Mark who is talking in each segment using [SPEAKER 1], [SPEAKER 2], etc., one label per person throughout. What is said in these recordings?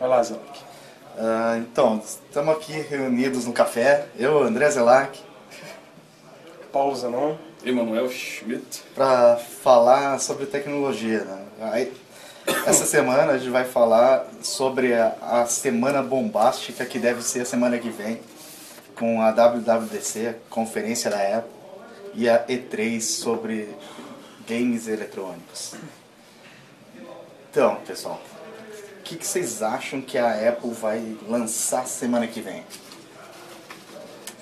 [SPEAKER 1] Vai lá, Zelac.
[SPEAKER 2] Ah, então, estamos aqui reunidos no café, eu, André Zelac,
[SPEAKER 1] Pausa não.
[SPEAKER 3] Emanuel Schmidt.
[SPEAKER 2] para falar sobre tecnologia. né? Aí, essa semana a gente vai falar sobre a, a semana bombástica que deve ser a semana que vem, com a WWDC, a conferência da Apple, e a E3 sobre games eletrônicos. Então, pessoal, o que, que vocês acham que a Apple vai lançar semana que vem?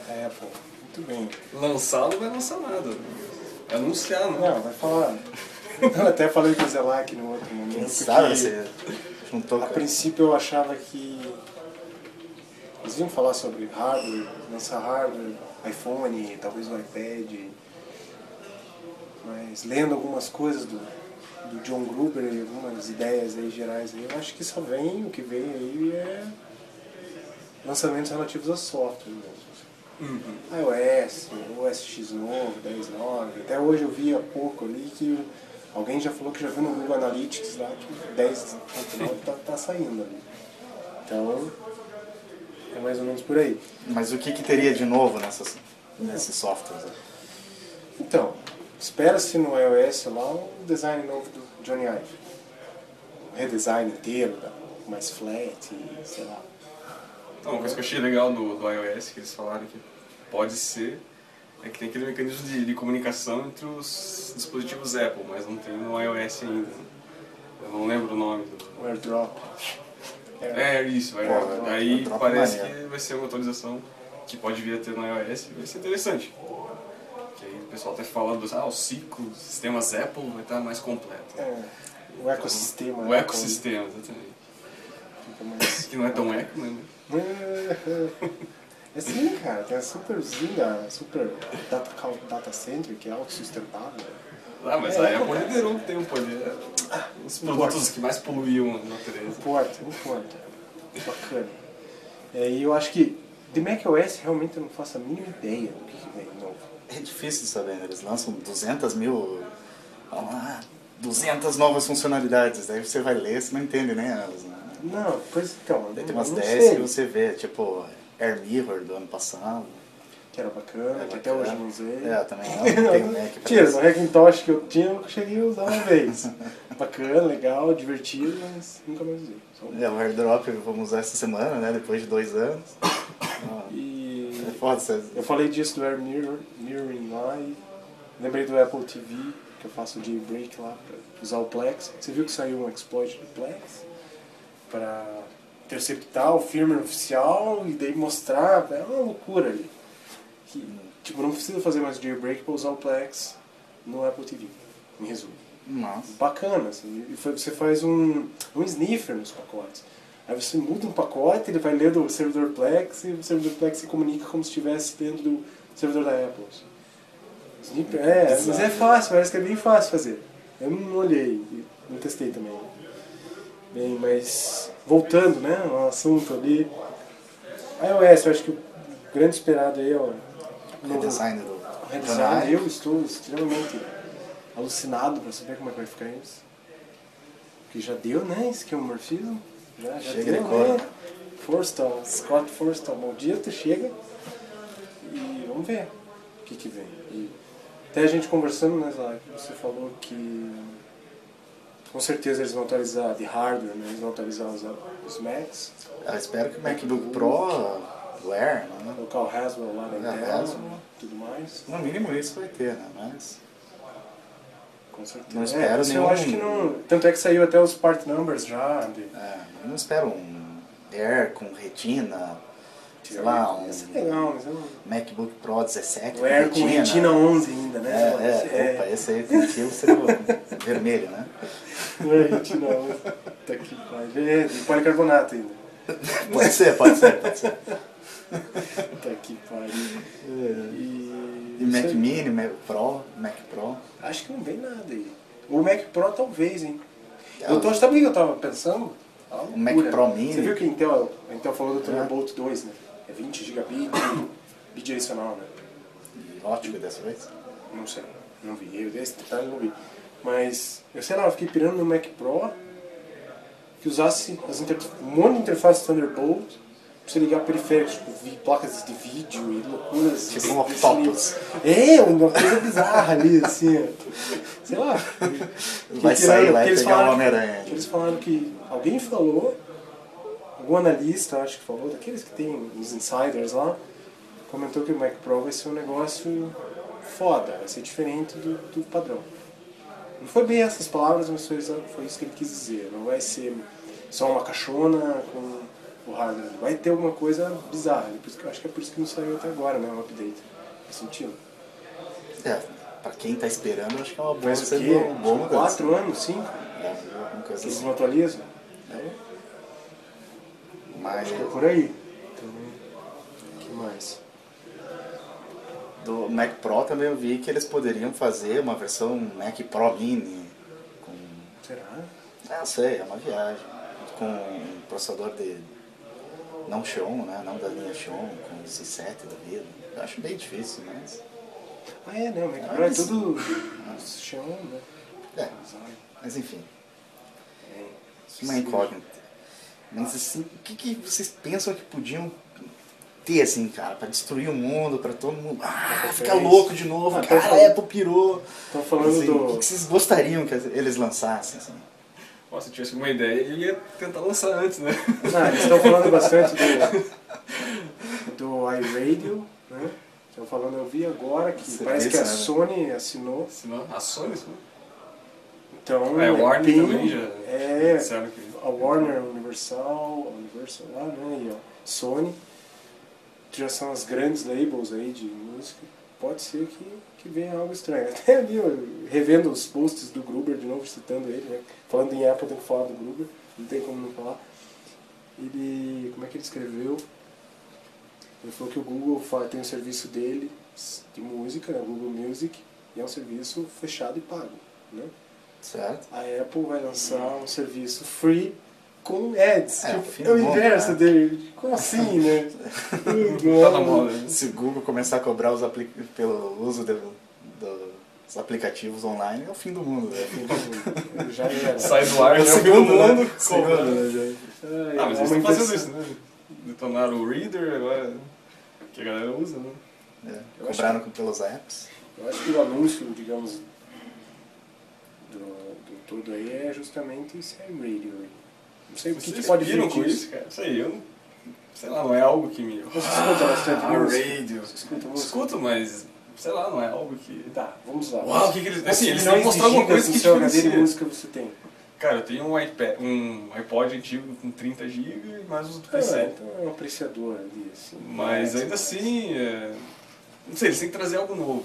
[SPEAKER 1] É, pô. Muito bem.
[SPEAKER 3] Lançar não vai lançar nada. Anunciar, não.
[SPEAKER 1] Não, vai falar. Eu até falei com o Zelac no outro momento.
[SPEAKER 2] Quem
[SPEAKER 1] que
[SPEAKER 2] sabe você juntou
[SPEAKER 1] A
[SPEAKER 2] com
[SPEAKER 1] princípio eu achava que eles iam falar sobre hardware, lançar hardware, iPhone, talvez um iPad. Mas lendo algumas coisas do, do John Gruber, algumas ideias aí gerais aí, eu acho que só vem o que vem aí é lançamentos relativos a software mesmo. assim. iOS, OS X novo, 10.9, até hoje eu vi há pouco ali que alguém já falou que já viu no Google Analytics lá tipo, que 10.9 tá, tá saindo ali. Então é mais ou menos por aí.
[SPEAKER 2] Mas o que, que teria de novo nessas, nesses softwares? né?
[SPEAKER 1] Então, espera-se no iOS lá o design novo do Johnny Ive. O redesign inteiro, tá? mais flat, e sei lá.
[SPEAKER 3] Não, uma coisa que eu achei legal do, do iOS, que eles falaram que pode ser, é que tem aquele mecanismo de, de comunicação entre os dispositivos Apple, mas não tem no iOS ainda. né? Eu não lembro o nome do.
[SPEAKER 1] O airdrop.
[SPEAKER 3] É isso, vai.
[SPEAKER 2] Pô,
[SPEAKER 3] Aí
[SPEAKER 2] eu troco
[SPEAKER 3] parece
[SPEAKER 2] maneiro.
[SPEAKER 3] que vai ser uma atualização que pode vir a ter no iOS e vai ser interessante. Que aí o pessoal até fala dos ah, o ciclo, dos sistemas Apple vai estar mais completo.
[SPEAKER 1] É, o ecossistema.
[SPEAKER 3] O
[SPEAKER 1] né,
[SPEAKER 3] ecossistema, exatamente.
[SPEAKER 1] fica mais-
[SPEAKER 3] Que não é tão eco, né?
[SPEAKER 1] É sim, cara, tem a super usina, super data, cal- data center, que é autossustentável.
[SPEAKER 3] Ah, mas
[SPEAKER 1] É,
[SPEAKER 3] aí a
[SPEAKER 1] cara.
[SPEAKER 3] Apple liderou que tem um poder. Os produtos que mais poluíam a natureza.
[SPEAKER 1] Importa, importa. Bacana. É, E eu acho que de macOS realmente eu não faço a mínima ideia do que, que vem novo.
[SPEAKER 2] É difícil de saber, né? eles lançam 200 mil. falam, Ah, 200 novas funcionalidades, daí você vai ler, você não entende nem elas. Né?
[SPEAKER 1] Não, pois então, eu
[SPEAKER 2] Daí
[SPEAKER 1] não,
[SPEAKER 2] tem umas
[SPEAKER 1] não
[SPEAKER 2] 10
[SPEAKER 1] sei.
[SPEAKER 2] que você vê, tipo Air Mirror do ano passado.
[SPEAKER 1] Que era bacana,
[SPEAKER 2] É
[SPEAKER 1] que até hoje eu não usei.
[SPEAKER 2] É, eu também não, não tenho Mac pra
[SPEAKER 1] Tira,
[SPEAKER 2] isso.
[SPEAKER 1] no Hackintosh que eu tinha, eu cheguei a usar uma vez. bacana, legal, divertido, mas nunca mais usei. Só um.
[SPEAKER 2] É, o airdrop vamos usar essa semana, né? Depois de dois anos. Ah,
[SPEAKER 1] E
[SPEAKER 2] é foda, você...
[SPEAKER 1] Eu falei disso do Air Mirror, Mirroring lá e lembrei do Apple TV, que eu faço o jailbreak lá pra usar o Plex. Você viu que saiu um exploit do Plex para interceptar o firmware oficial e daí mostrar, é uma loucura ali. Que, tipo, não precisa fazer mais jailbreak para usar o Plex no Apple TV, em resumo
[SPEAKER 2] Nossa.
[SPEAKER 1] bacana. Assim, e foi- você faz um, um sniffer nos pacotes. Aí você muda um pacote, ele vai ler do servidor Plex e o servidor Plex se comunica como se estivesse dentro do servidor da Apple. assim. Sniffer, é, mas é fácil, parece que é bem fácil fazer. Eu não olhei, e não testei também. Bem, mas voltando né, ao assunto ali. iOS, eu acho que o grande esperado aí é o
[SPEAKER 2] O
[SPEAKER 1] novo-
[SPEAKER 2] design do.
[SPEAKER 1] Revisar, eu estou extremamente alucinado para saber como é que vai ficar isso. Porque já deu, né? Esquemorfismo. Já, já
[SPEAKER 2] Chega
[SPEAKER 1] deu,
[SPEAKER 2] de cor,
[SPEAKER 1] né? Forstall, Scott tá Forstall, maldito, chega. E vamos ver o que, que vem. E até a gente conversando, né, Zé, você falou que com certeza eles vão atualizar de hardware, né? Eles vão atualizar os, os Macs,
[SPEAKER 2] Eu Ah, espero que o MacBook Pro, o Air, né?
[SPEAKER 1] colocar o Haswell lá na
[SPEAKER 2] É,
[SPEAKER 1] Intel
[SPEAKER 2] Haswell.
[SPEAKER 1] tudo mais.
[SPEAKER 2] No mínimo isso vai ter, né? Mas.
[SPEAKER 1] Com certeza.
[SPEAKER 2] Não espero
[SPEAKER 1] é, isso Eu
[SPEAKER 2] nenhum-
[SPEAKER 1] acho que não. Tanto é que saiu até os part numbers já. De...
[SPEAKER 2] É, eu não espero um Air com retina, sei lá, um
[SPEAKER 1] Isso é legal, mas eu não.
[SPEAKER 2] MacBook Pro 17
[SPEAKER 1] O Air com retina 11 ainda,
[SPEAKER 2] É,
[SPEAKER 1] né?
[SPEAKER 2] é, opa, esse aí com tio seria o vermelho, né?
[SPEAKER 1] Não é retina 11. Tá que pariu. É, de policarbonato ainda.
[SPEAKER 2] Pode ser, pode ser, pode ser.
[SPEAKER 1] Tá que pariu. E.
[SPEAKER 2] É. E
[SPEAKER 1] não
[SPEAKER 2] Mac
[SPEAKER 1] sei.
[SPEAKER 2] Mini, Mac Pro, Mac Pro.
[SPEAKER 1] Acho que não vem nada aí. O Mac Pro talvez, hein?
[SPEAKER 2] Ah,
[SPEAKER 1] Eu tô, sabe o que eu tava pensando? Ah,
[SPEAKER 2] O Mac
[SPEAKER 1] loucura.
[SPEAKER 2] Pro Mini. É.
[SPEAKER 1] Você viu que a Intel, a Intel falou do Thunderbolt 2, né? É 20 GB bidirecional, né?
[SPEAKER 2] E Ótimo dessa vez.
[SPEAKER 1] Não sei, não vi. Eu desse detalhe não vi. Mas, eu sei lá, eu fiquei pirando no Mac Pro. que usasse as inter... um monte de interface Thunderbolt pra você ligar periféricos, tipo, vi- placas de vídeo e loucuras.
[SPEAKER 2] Tipo
[SPEAKER 1] desse-
[SPEAKER 2] um
[SPEAKER 1] desse
[SPEAKER 2] octopus.
[SPEAKER 1] nível. É, uma coisa bizarra ali, assim, ó. sei lá.
[SPEAKER 2] Vai
[SPEAKER 1] Que
[SPEAKER 2] sair
[SPEAKER 1] tiraram-
[SPEAKER 2] lá
[SPEAKER 1] que
[SPEAKER 2] e
[SPEAKER 1] eles
[SPEAKER 2] pegar o
[SPEAKER 1] falaram-
[SPEAKER 2] Homem-Aranha.
[SPEAKER 1] que Eles falaram que alguém falou, algum analista, acho que falou, daqueles que tem os insiders lá, comentou que o Mac Pro vai ser um negócio foda, vai ser diferente do, do padrão. Não foi bem essas palavras, mas foi, exa- foi isso que ele quis dizer. Não vai ser só uma caixona com o hardware. Vai ter alguma coisa bizarra. Por isso que- acho que é por isso que não saiu até agora, né? Um update. Faz sentido.
[SPEAKER 2] É, pra quem tá esperando, acho que é uma boa,
[SPEAKER 1] Mas
[SPEAKER 2] ser
[SPEAKER 1] o quê?
[SPEAKER 2] uma boa mudança.
[SPEAKER 1] Quatro anos, cinco?
[SPEAKER 2] É, uma coisa
[SPEAKER 1] Eles
[SPEAKER 2] assim.
[SPEAKER 1] não atualizam? Então,
[SPEAKER 2] Mas
[SPEAKER 1] Acho que é por aí. Então, o que mais?
[SPEAKER 2] do Mac Pro também eu vi que eles poderiam fazer uma versão Mac Pro Mini. Com,
[SPEAKER 1] Será?
[SPEAKER 2] ah, não sei, é uma viagem. Com um processador de. Não Xeon, né? Não da linha Xeon, com i7 da vida. Eu acho bem difícil, mas.
[SPEAKER 1] Ah, é, né? O Mac
[SPEAKER 2] Ah,
[SPEAKER 1] Pro é
[SPEAKER 2] mas-
[SPEAKER 1] tudo chão, né?
[SPEAKER 2] É, mas enfim. Uma incógnita. Mas assim, o que, que vocês pensam que podiam ter, assim, cara, pra destruir o mundo, pra todo mundo. Ah, ficar
[SPEAKER 1] Referência.
[SPEAKER 2] louco de novo,
[SPEAKER 1] Ah,
[SPEAKER 2] cara,
[SPEAKER 1] tá
[SPEAKER 2] a Apple pirou.
[SPEAKER 1] Estão falando
[SPEAKER 2] Assim, O que,
[SPEAKER 1] do...
[SPEAKER 2] que vocês gostariam que eles lançassem, assim?
[SPEAKER 3] Ó, se eu tivesse alguma ideia, eu ia tentar lançar antes, né?
[SPEAKER 1] Ah, eles estão falando bastante do... Do iRadio, né? Estão falando, eu vi agora que
[SPEAKER 2] Serviço,
[SPEAKER 1] parece que a
[SPEAKER 2] né?
[SPEAKER 1] Sony assinou.
[SPEAKER 3] Senão, a Sony, né?
[SPEAKER 1] Então,
[SPEAKER 3] É, a Warner
[SPEAKER 1] tem-
[SPEAKER 3] também já
[SPEAKER 1] É,
[SPEAKER 3] disseram que-
[SPEAKER 1] a Warner, a Universal, a Universal lá, né? E a Sony. Já são as grandes labels aí de música. Pode ser que, que venha algo estranho. Até ali, eu revendo os posts do Gruber de novo, citando ele, né? Falando em Apple, tem que falar do Gruber, não tem como não falar. Ele. Como é que ele escreveu? Ele falou que o Google fa- tem um serviço dele de música, né? o Google Music, e é um serviço fechado e pago. Né?
[SPEAKER 2] Certo?
[SPEAKER 1] A Apple vai lançar um serviço free com ads.
[SPEAKER 2] É,
[SPEAKER 1] Tipo,
[SPEAKER 2] fim
[SPEAKER 1] É, o
[SPEAKER 2] do mundo,
[SPEAKER 1] inverso
[SPEAKER 2] né?
[SPEAKER 1] dele. Como assim, né?
[SPEAKER 3] Tá
[SPEAKER 1] um
[SPEAKER 3] na moda. né?
[SPEAKER 2] Se o Google começar a cobrar os apli- pelo uso de- dos aplicativos online, é o fim do mundo, né?
[SPEAKER 1] Já era.
[SPEAKER 3] Sai do ar,
[SPEAKER 2] É o
[SPEAKER 3] já
[SPEAKER 2] segundo
[SPEAKER 3] mundo
[SPEAKER 2] mundo,
[SPEAKER 3] cobra.
[SPEAKER 2] segundo, né, já.
[SPEAKER 1] Ai,
[SPEAKER 3] Ah, mas
[SPEAKER 1] é
[SPEAKER 3] eles
[SPEAKER 1] um uma
[SPEAKER 3] estão fazendo
[SPEAKER 1] invenção.
[SPEAKER 3] isso, né? Detonaram o Reader agora, que a galera usa, né?
[SPEAKER 2] É,
[SPEAKER 1] Eu acho
[SPEAKER 2] cobraram pelos apps.
[SPEAKER 1] Eu acho que o anúncio, digamos, do, do todo aí é justamente esse iRadio. aí. né? Não sei o que, que
[SPEAKER 3] Vocês
[SPEAKER 1] pode vir
[SPEAKER 3] viram com
[SPEAKER 1] disso.
[SPEAKER 3] isso, cara? Isso aí, eu não... Sei lá, não é algo que me...
[SPEAKER 1] Você escuta bastante música?
[SPEAKER 3] Ah, radio.
[SPEAKER 1] Você escuta música?
[SPEAKER 3] Escuto, mas... Sei lá, não é algo que...
[SPEAKER 1] Tá, vamos lá.
[SPEAKER 3] Uau, o que que eles-
[SPEAKER 1] Quantos
[SPEAKER 3] assim, eles
[SPEAKER 1] milhões
[SPEAKER 3] têm que mostrar
[SPEAKER 1] de
[SPEAKER 3] alguma coisa
[SPEAKER 1] gigas
[SPEAKER 3] que
[SPEAKER 1] no seu HD de
[SPEAKER 3] diferencia.
[SPEAKER 1] música você tem.
[SPEAKER 3] Cara, eu tenho um iPad, um iPod antigo com 30 GB e mais os do PC.
[SPEAKER 1] Ah, então é um apreciador ali, assim.
[SPEAKER 3] Mas
[SPEAKER 1] Mais,
[SPEAKER 3] ainda
[SPEAKER 1] mais.
[SPEAKER 3] assim, é, não sei, eles têm que trazer algo novo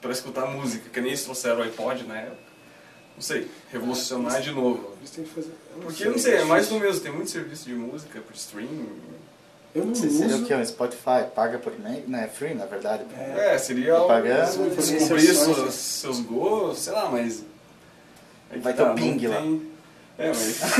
[SPEAKER 3] pra escutar música, que nem eles trouxeram o iPod na época. Não sei, revolucionar de novo.
[SPEAKER 1] Eles têm que fazer. eu
[SPEAKER 3] Porque, não sei, é
[SPEAKER 1] acho
[SPEAKER 3] mais do
[SPEAKER 1] que-
[SPEAKER 3] mesmo, tem muito serviço de música por streaming.
[SPEAKER 1] Eu não
[SPEAKER 2] Você seria o
[SPEAKER 1] uso.
[SPEAKER 2] que? Um Spotify paga por mês? Não, é free, na verdade.
[SPEAKER 3] É, seria algo
[SPEAKER 2] Propaganda,
[SPEAKER 3] descobrir
[SPEAKER 1] informações, né?
[SPEAKER 3] seus, seus gostos, sei lá, mas... é que
[SPEAKER 2] Vai ter o
[SPEAKER 3] não
[SPEAKER 2] ping lá.
[SPEAKER 3] tem- É, mas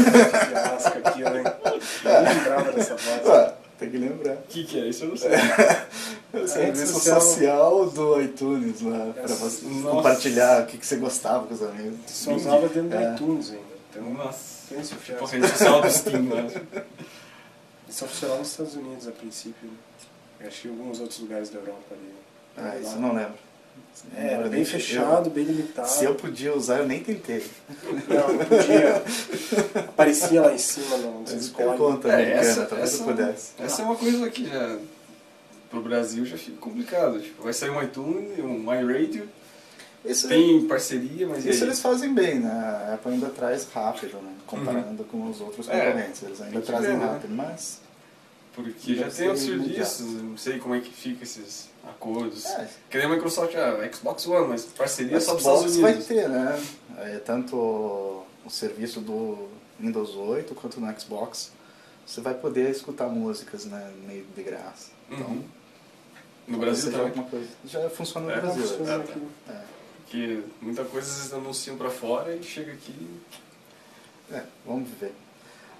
[SPEAKER 1] Fiasco aqui, né? Eu não lembrava dessa voz.
[SPEAKER 2] Ah, tem que lembrar.
[SPEAKER 3] o que, que é isso? Eu não sei.
[SPEAKER 2] É o
[SPEAKER 1] rede
[SPEAKER 2] serviço
[SPEAKER 1] social-
[SPEAKER 2] social... do iTunes lá, pra você
[SPEAKER 3] Nossa.
[SPEAKER 2] compartilhar o que, que você gostava com os amigos.
[SPEAKER 1] Só usava dentro do
[SPEAKER 2] É.
[SPEAKER 1] iTunes ainda. Então,
[SPEAKER 3] Nossa,
[SPEAKER 1] Tem esse
[SPEAKER 3] tipo
[SPEAKER 1] fiasco.
[SPEAKER 3] a rede social do Steam, né?
[SPEAKER 1] Isso só funcionava nos Estados Unidos a princípio. né? Eu acho que em alguns outros lugares da Europa ali.
[SPEAKER 2] Ah, isso eu não lembro. Isso eu não
[SPEAKER 1] É, era
[SPEAKER 2] lembro
[SPEAKER 1] bem
[SPEAKER 2] nem.
[SPEAKER 1] fechado, tá. bem limitado.
[SPEAKER 2] Eu- se eu podia usar, eu nem tentei.
[SPEAKER 1] Não, não podia. Aparecia lá em cima, não. Você
[SPEAKER 2] Mas
[SPEAKER 1] escolhe.
[SPEAKER 2] por conta
[SPEAKER 3] É,
[SPEAKER 2] americana,
[SPEAKER 3] essa-
[SPEAKER 2] talvez
[SPEAKER 3] essa-
[SPEAKER 2] eu pudesse.
[SPEAKER 3] Essa é uma coisa que já pro Brasil já fica complicado. Tipo, vai sair um iTunes, um iRadio,
[SPEAKER 2] Isso,
[SPEAKER 3] tem parceria, mas e
[SPEAKER 2] isso
[SPEAKER 3] aí?
[SPEAKER 2] eles fazem bem, né? A Apple ainda traz rápido, né? Comparando com os outros
[SPEAKER 3] É.
[SPEAKER 2] concorrentes. Eles ainda
[SPEAKER 3] Tem que
[SPEAKER 2] trazem
[SPEAKER 3] ver, né?
[SPEAKER 2] rápido, mas...
[SPEAKER 3] Porque já
[SPEAKER 2] Deve
[SPEAKER 3] tem
[SPEAKER 2] ser
[SPEAKER 3] outros
[SPEAKER 2] mundial.
[SPEAKER 3] serviços, não sei como é que fica esses acordos.
[SPEAKER 2] É.
[SPEAKER 3] Que nem a Microsoft, ah, Xbox One, mas parceria só pros Estados
[SPEAKER 2] Xbox vai
[SPEAKER 3] Unidos.
[SPEAKER 2] ter, né? É, tanto o serviço do Windows 8 quanto no Xbox, você vai poder escutar músicas, né? Meio de graça. Então,
[SPEAKER 3] Uhum. No Brasil
[SPEAKER 2] seja
[SPEAKER 3] também.
[SPEAKER 2] alguma coisa. Já funciona no
[SPEAKER 3] É,
[SPEAKER 1] Não,
[SPEAKER 2] Brasil.
[SPEAKER 1] funciona
[SPEAKER 3] tá.
[SPEAKER 1] aqui.
[SPEAKER 2] É.
[SPEAKER 3] Porque muita coisa eles anunciam pra fora e chega aqui.
[SPEAKER 2] É, vamos ver.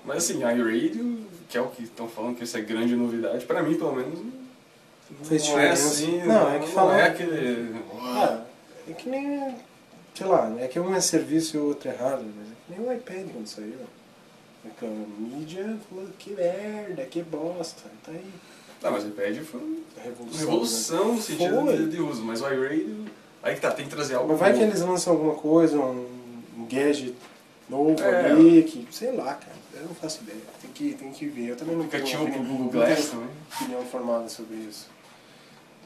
[SPEAKER 3] Mas assim, iRadio, que é o que estão falando que isso é grande novidade, pra mim pelo menos. Não
[SPEAKER 1] Fez
[SPEAKER 3] é
[SPEAKER 1] diferença.
[SPEAKER 3] assim,
[SPEAKER 1] Não, é que
[SPEAKER 3] não
[SPEAKER 1] falam-
[SPEAKER 3] é aquele.
[SPEAKER 1] Ah, é que nem. Sei lá, é que um é serviço e o outro é hardware, mas é que nem o iPad quando saiu. reclamando mídia, falando que merda, que bosta. Tá aí.
[SPEAKER 3] Não, mas o iPad foi uma
[SPEAKER 1] A revolução. né?
[SPEAKER 3] revolução no sentido
[SPEAKER 1] Foi.
[SPEAKER 3] de, de uso, mas o iRadio, aí que tá, tem que trazer algo
[SPEAKER 1] Mas vai
[SPEAKER 3] novo.
[SPEAKER 1] que eles lançam alguma coisa, um, um gadget novo
[SPEAKER 3] É.
[SPEAKER 1] ali, que sei lá, cara. Eu não faço ideia. Tem que, tem que ver. Eu também não tenho
[SPEAKER 3] aplicativo pro
[SPEAKER 1] opinião-
[SPEAKER 3] Google
[SPEAKER 1] não
[SPEAKER 3] Glass
[SPEAKER 1] tenho
[SPEAKER 3] também.
[SPEAKER 1] opinião formada sobre isso.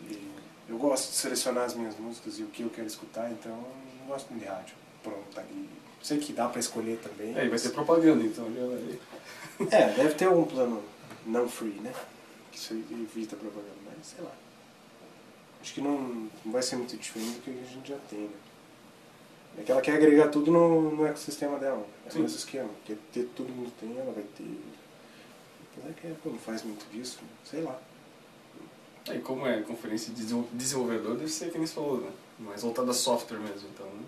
[SPEAKER 1] E eu gosto de selecionar as minhas músicas e o que eu quero escutar, então eu não gosto muito de rádio. Pronto, ali. Sei que dá pra escolher também.
[SPEAKER 3] É, e vai ser propaganda, então já vai.
[SPEAKER 1] É, deve ter algum plano não free, né? Que isso evita propaganda, mas sei lá. Acho que não, não vai ser muito diferente do que a gente já tem, né? É que ela quer agregar tudo no, no ecossistema dela. É o
[SPEAKER 3] Sim.
[SPEAKER 1] mesmo esquema. Quer ter tudo que mundo tem, ela vai ter. Mas é que pô, não faz muito disso, né? sei lá.
[SPEAKER 3] Aí como é conferência de desenvol- desenvolvedor, deve ser que nem você falou, né? Mais voltada a software mesmo, então. né?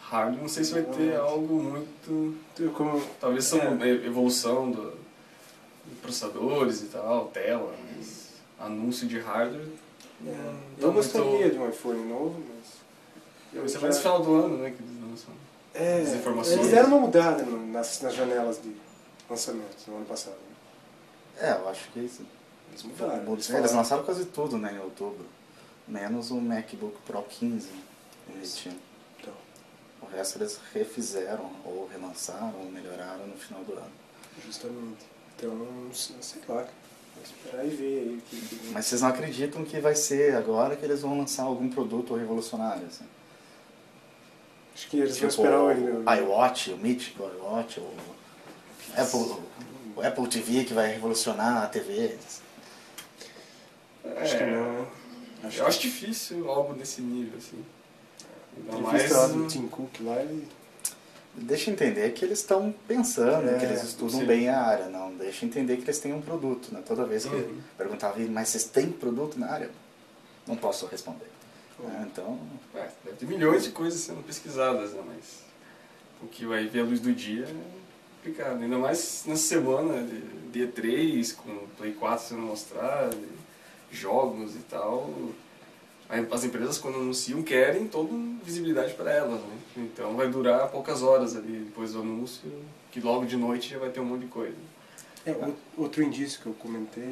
[SPEAKER 3] Hardware, não sei se vai ter algo muito.
[SPEAKER 1] Então, como
[SPEAKER 3] Talvez são
[SPEAKER 1] É.
[SPEAKER 3] e- evolução do, de processadores e tal, tela, mas anúncio de hardware.
[SPEAKER 1] é,
[SPEAKER 3] Tá
[SPEAKER 1] eu gostaria
[SPEAKER 3] muito-
[SPEAKER 1] de um iPhone novo, mas.
[SPEAKER 3] Vai ser mais no final do ano, né? Que eles lançam.
[SPEAKER 1] É,
[SPEAKER 3] As informações.
[SPEAKER 1] eles deram uma mudada no- nas, nas janelas de lançamento no ano passado. né?
[SPEAKER 2] É, eu acho que isso.
[SPEAKER 1] Eles mudaram.
[SPEAKER 2] Eles
[SPEAKER 1] falaram-
[SPEAKER 2] lançaram quase tudo né, em outubro. Menos o MacBook Pro né, 15. Ele tinha.
[SPEAKER 1] Então,
[SPEAKER 2] O resto eles refizeram, ou relançaram, ou melhoraram no final do ano.
[SPEAKER 1] justamente. Então, não sei não sei lá. Vou esperar e ver aí o que, que-
[SPEAKER 2] Mas vocês não acreditam que vai ser agora que eles vão lançar algum produto revolucionário, assim?
[SPEAKER 1] Acho que eles vão
[SPEAKER 2] Tipo,
[SPEAKER 1] esperar né? o ainda.
[SPEAKER 2] o iWatch, o mítico iWatch, o Apple, o Apple TV que vai revolucionar a TV.
[SPEAKER 1] Acho que
[SPEAKER 3] É,
[SPEAKER 1] não, né? Acho
[SPEAKER 3] Eu acho difícil algo desse nível, assim.
[SPEAKER 1] É.
[SPEAKER 3] Ainda mais.
[SPEAKER 1] Entrevista lá do Tim Cook lá e.
[SPEAKER 2] Deixa entender que eles estão pensando,
[SPEAKER 1] É,
[SPEAKER 2] que eles estudam
[SPEAKER 3] sim.
[SPEAKER 2] bem a área, não deixa entender que eles têm um produto, né? Toda vez que
[SPEAKER 3] Uhum.
[SPEAKER 2] perguntava, mas vocês têm produto na área? Não posso responder.
[SPEAKER 1] Bom,
[SPEAKER 2] né? Então,
[SPEAKER 3] É, deve ter milhões de coisas sendo pesquisadas, né? Mas o que vai ver a luz do dia é complicado. Ainda mais nessa semana de, de E3, com o Play 4 sendo mostrado, e jogos e tal. Aí As empresas, quando anunciam, querem toda visibilidade para elas, né? Então vai durar poucas horas ali depois do anúncio, que logo de noite já vai ter um monte de coisa.
[SPEAKER 1] É, o- outro indício que eu comentei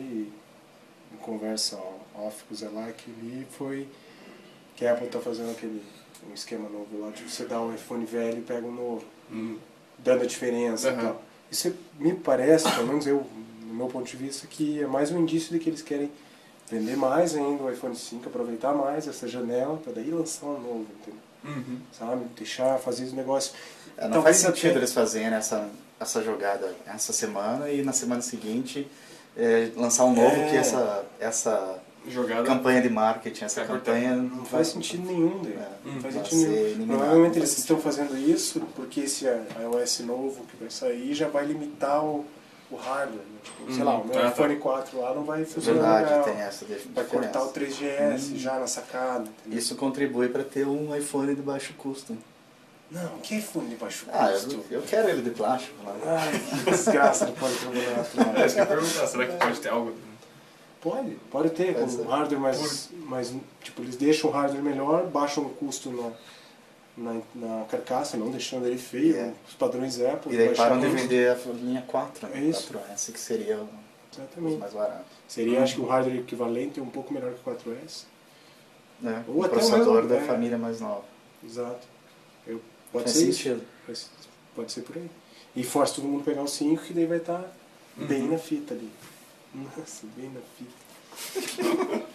[SPEAKER 1] em conversa off com o Zelak ali foi que a Apple tá fazendo aquele um esquema novo lá, tipo, você dá um iPhone velho e pega um novo.
[SPEAKER 3] Hum.
[SPEAKER 1] dando a diferença
[SPEAKER 3] Aham.
[SPEAKER 1] e tal. Isso me parece, pelo menos eu, no meu ponto de vista, que é mais um indício de que eles querem vender mais ainda o iPhone 5, aproveitar mais essa janela para daí lançar um novo, entendeu?
[SPEAKER 3] Uhum.
[SPEAKER 1] Sabe? Deixar, fazer os negócios.
[SPEAKER 2] É, não
[SPEAKER 1] Talvez
[SPEAKER 2] faz sentido
[SPEAKER 1] até-
[SPEAKER 2] eles fazerem essa, essa jogada essa semana e na semana seguinte é, lançar um novo
[SPEAKER 1] É.
[SPEAKER 2] que essa, essa
[SPEAKER 3] Jogada.
[SPEAKER 2] campanha de marketing, essa
[SPEAKER 3] Vai cortar.
[SPEAKER 2] campanha
[SPEAKER 1] Não faz sentido nenhum daí.
[SPEAKER 2] É,
[SPEAKER 1] Não faz
[SPEAKER 2] vai
[SPEAKER 1] sentido
[SPEAKER 2] ser
[SPEAKER 1] nenhum.
[SPEAKER 2] eliminado,
[SPEAKER 1] Provavelmente
[SPEAKER 2] não faz
[SPEAKER 1] eles estão fazendo isso porque esse iOS novo que vai sair já vai limitar o, o hardware. né? Tipo, sei
[SPEAKER 3] Hum,
[SPEAKER 1] lá, o meu
[SPEAKER 3] tá, tá.
[SPEAKER 1] iPhone 4 lá não vai funcionar.
[SPEAKER 2] É Verdade,
[SPEAKER 1] legal.
[SPEAKER 2] tem essa de-
[SPEAKER 1] Vai cortar o
[SPEAKER 2] diferença.
[SPEAKER 1] 3GS
[SPEAKER 2] Hum.
[SPEAKER 1] já na sacada. entendeu?
[SPEAKER 2] Isso contribui para ter um iPhone de baixo custo.
[SPEAKER 1] Não, que iPhone de baixo custo? Ah,
[SPEAKER 2] Ah, eu, eu quero ele de plástico. Né?
[SPEAKER 1] Ai, que desgraça do policarbonato.
[SPEAKER 3] É, isso que eu ia
[SPEAKER 1] lá.
[SPEAKER 3] perguntar, será que pode ter algo?
[SPEAKER 1] Pode, pode ter, com
[SPEAKER 2] Pode ser.
[SPEAKER 1] um hardware mais, mais. Tipo, eles deixam o hardware melhor, baixam o custo na, na, na carcaça, não deixando ele feio,
[SPEAKER 2] É.
[SPEAKER 1] os padrões Apple.
[SPEAKER 2] E daí
[SPEAKER 1] baixar
[SPEAKER 2] param de
[SPEAKER 1] muito.
[SPEAKER 2] vender a linha 4, né?
[SPEAKER 1] É isso.
[SPEAKER 2] 4S, que seria o os
[SPEAKER 1] Exatamente.
[SPEAKER 2] mais barato.
[SPEAKER 1] Seria, acho que o hardware equivalente é um pouco melhor que o 4S.
[SPEAKER 2] Né?
[SPEAKER 1] Ou
[SPEAKER 2] O
[SPEAKER 1] até
[SPEAKER 2] processador
[SPEAKER 1] mesmo,
[SPEAKER 2] da
[SPEAKER 1] é.
[SPEAKER 2] família mais nova.
[SPEAKER 1] Exato. Eu, pode
[SPEAKER 2] Faz
[SPEAKER 1] ser isso.
[SPEAKER 2] sentido.
[SPEAKER 1] Mas Pode ser por aí. E força todo mundo a pegar o 5, que daí vai estar
[SPEAKER 3] Uhum.
[SPEAKER 1] bem na fita ali. Nossa, bem na fita.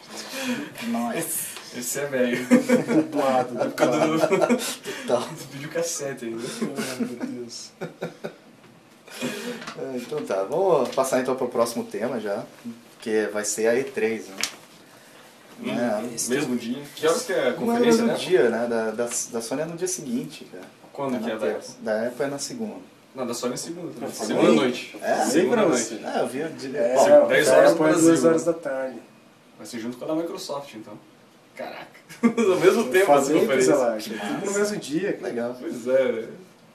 [SPEAKER 2] Nice.
[SPEAKER 3] Esse é velho.
[SPEAKER 1] Dublado,
[SPEAKER 3] É Por causa
[SPEAKER 1] dublado.
[SPEAKER 3] do-
[SPEAKER 2] Tá.
[SPEAKER 3] Esse vídeo cassete ainda.
[SPEAKER 1] Ai, meu Deus.
[SPEAKER 2] É, Então tá, vamos passar então pro próximo tema já, que é, vai ser a E3, né? Né?
[SPEAKER 3] Mesmo dia. Hum, é Que horas que é a conferência,
[SPEAKER 2] Não é
[SPEAKER 3] né?
[SPEAKER 2] no dia, né? Da, da, da Sony é no dia seguinte, cara.
[SPEAKER 3] Quando que
[SPEAKER 2] na
[SPEAKER 3] é da
[SPEAKER 2] terça.
[SPEAKER 3] Apple?
[SPEAKER 2] Da Apple é na segunda.
[SPEAKER 3] Não, da Sony é segunda. também.
[SPEAKER 1] Eu falei.
[SPEAKER 3] Segunda à noite.
[SPEAKER 2] É?
[SPEAKER 1] Sei
[SPEAKER 3] Segunda
[SPEAKER 1] pra
[SPEAKER 3] à
[SPEAKER 1] você.
[SPEAKER 3] noite.
[SPEAKER 2] Ah, eu vi o dia.
[SPEAKER 1] É,
[SPEAKER 2] Bom,
[SPEAKER 3] Bom,
[SPEAKER 1] 10
[SPEAKER 3] dez
[SPEAKER 1] horas
[SPEAKER 3] horas
[SPEAKER 1] depois
[SPEAKER 3] no
[SPEAKER 1] das 2
[SPEAKER 3] Brasil,
[SPEAKER 1] horas da
[SPEAKER 3] né?
[SPEAKER 1] tarde.
[SPEAKER 3] Vai ser junto com a da Microsoft, então. Caraca. Ao mesmo tempo as
[SPEAKER 1] Falei pra
[SPEAKER 3] conferências.
[SPEAKER 1] Zelak, tudo no mesmo dia. cara.
[SPEAKER 2] legal.
[SPEAKER 3] Pois é.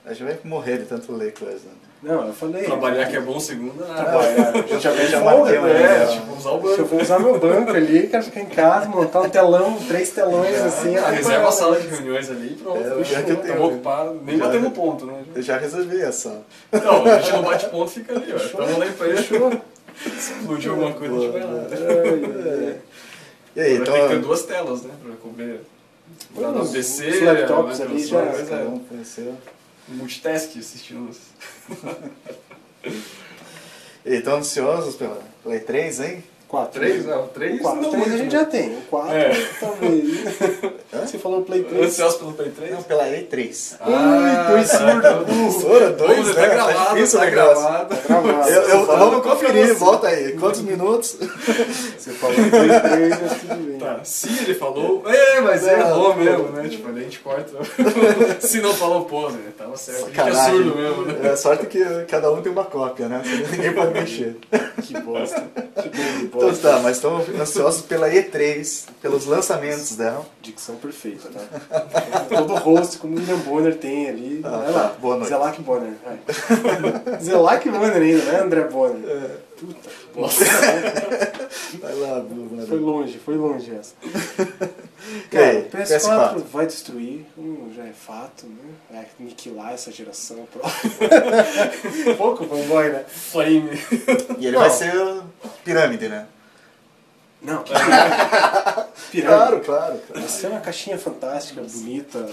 [SPEAKER 2] A gente vai morrer de tanto ler coisa. né?
[SPEAKER 1] Não, eu falei.
[SPEAKER 3] Trabalhar que é bom segunda,
[SPEAKER 2] Tá
[SPEAKER 3] ah,
[SPEAKER 1] Trabalhar.
[SPEAKER 2] Eu já vejo é, a
[SPEAKER 1] Porra,
[SPEAKER 2] Mateu,
[SPEAKER 1] é,
[SPEAKER 2] né?
[SPEAKER 3] tipo, usar o
[SPEAKER 1] Se eu
[SPEAKER 3] banco.
[SPEAKER 1] for usar meu banco ali, quero ficar em casa, montar um telão, três telões assim.
[SPEAKER 3] Ah, reserva a
[SPEAKER 1] pá.
[SPEAKER 3] sala de reuniões ali e pronto.
[SPEAKER 2] É, já que eu
[SPEAKER 3] Tamo
[SPEAKER 2] tenho.
[SPEAKER 3] ocupado, nem
[SPEAKER 2] Já-
[SPEAKER 3] batemos ponto, né?
[SPEAKER 2] Eu já resolvi essa.
[SPEAKER 3] Não, a gente não bate ponto, fica ali, ó. Tamo lá pra ele, se explodir alguma coisa, a gente vai lá.
[SPEAKER 1] Ai, ai, ai.
[SPEAKER 2] E aí, então.
[SPEAKER 3] Tem que ter duas telas, né, pra cobrir. Pra
[SPEAKER 1] Os-
[SPEAKER 3] não
[SPEAKER 1] os
[SPEAKER 3] descer, né,
[SPEAKER 1] laptops ali já-
[SPEAKER 3] coisa,
[SPEAKER 2] Cada um conheceu.
[SPEAKER 3] é, multitask assistindo. os-
[SPEAKER 2] E estão ansiosos pela Play 3, hein?
[SPEAKER 1] Quatro. né?
[SPEAKER 3] Três, não, três
[SPEAKER 1] Quatro,
[SPEAKER 3] não
[SPEAKER 1] três
[SPEAKER 3] muito,
[SPEAKER 1] a gente
[SPEAKER 3] né?
[SPEAKER 1] já tem. O Quatro,
[SPEAKER 3] É.
[SPEAKER 1] talvez. Você falou Play 3.
[SPEAKER 3] Ansioso pelo Play 3?
[SPEAKER 2] Não, pela E3.
[SPEAKER 1] Ui, tô em
[SPEAKER 2] Sora
[SPEAKER 3] Dois, tá gravado, tá gravado.
[SPEAKER 1] Gravado.
[SPEAKER 2] Eu, eu,
[SPEAKER 3] Só
[SPEAKER 2] vamos
[SPEAKER 3] pra confiar
[SPEAKER 2] conferir,
[SPEAKER 3] você.
[SPEAKER 2] volta aí. Quantos minutos?
[SPEAKER 1] Você falou Play 3, mas tudo bem.
[SPEAKER 3] Tá, se ele falou, é, mas
[SPEAKER 2] É,
[SPEAKER 3] errou
[SPEAKER 2] pô.
[SPEAKER 3] mesmo, né? Tipo, daí a gente corta. se não falou, pô, né? Tava certo. A gente é
[SPEAKER 2] Sacanagem.
[SPEAKER 3] surdo mesmo, né?
[SPEAKER 2] É, sorte que cada um tem uma cópia, né? Ninguém pode mexer.
[SPEAKER 1] Que bosta. Que bom de
[SPEAKER 2] Então
[SPEAKER 1] bosta.
[SPEAKER 2] tá, mas estão ansiosos pela E3, pelos lançamentos dela.
[SPEAKER 1] Dicção perfeita, tá? Todo host, como o William Bonner tem ali.
[SPEAKER 2] Ah,
[SPEAKER 1] vai
[SPEAKER 2] tá.
[SPEAKER 1] lá.
[SPEAKER 2] Boa noite.
[SPEAKER 1] Zelac Bonner. vai. Zelac Bonner ainda, não é André Bonner.
[SPEAKER 3] Nossa,
[SPEAKER 2] Vai lá, Blue
[SPEAKER 1] Foi
[SPEAKER 2] Mano.
[SPEAKER 1] longe, foi longe essa.
[SPEAKER 2] é. E aí,
[SPEAKER 1] Cara, PS4, vai destruir, hum, já é fato, né? Vai aniquilar essa geração próxima. Pouco fanboy, né?
[SPEAKER 3] flame.
[SPEAKER 2] E ele
[SPEAKER 1] Não.
[SPEAKER 2] vai ser pirâmide, né?
[SPEAKER 1] Não, pirâmide.
[SPEAKER 2] claro. claro.
[SPEAKER 1] Vai ser uma caixinha fantástica, bonita,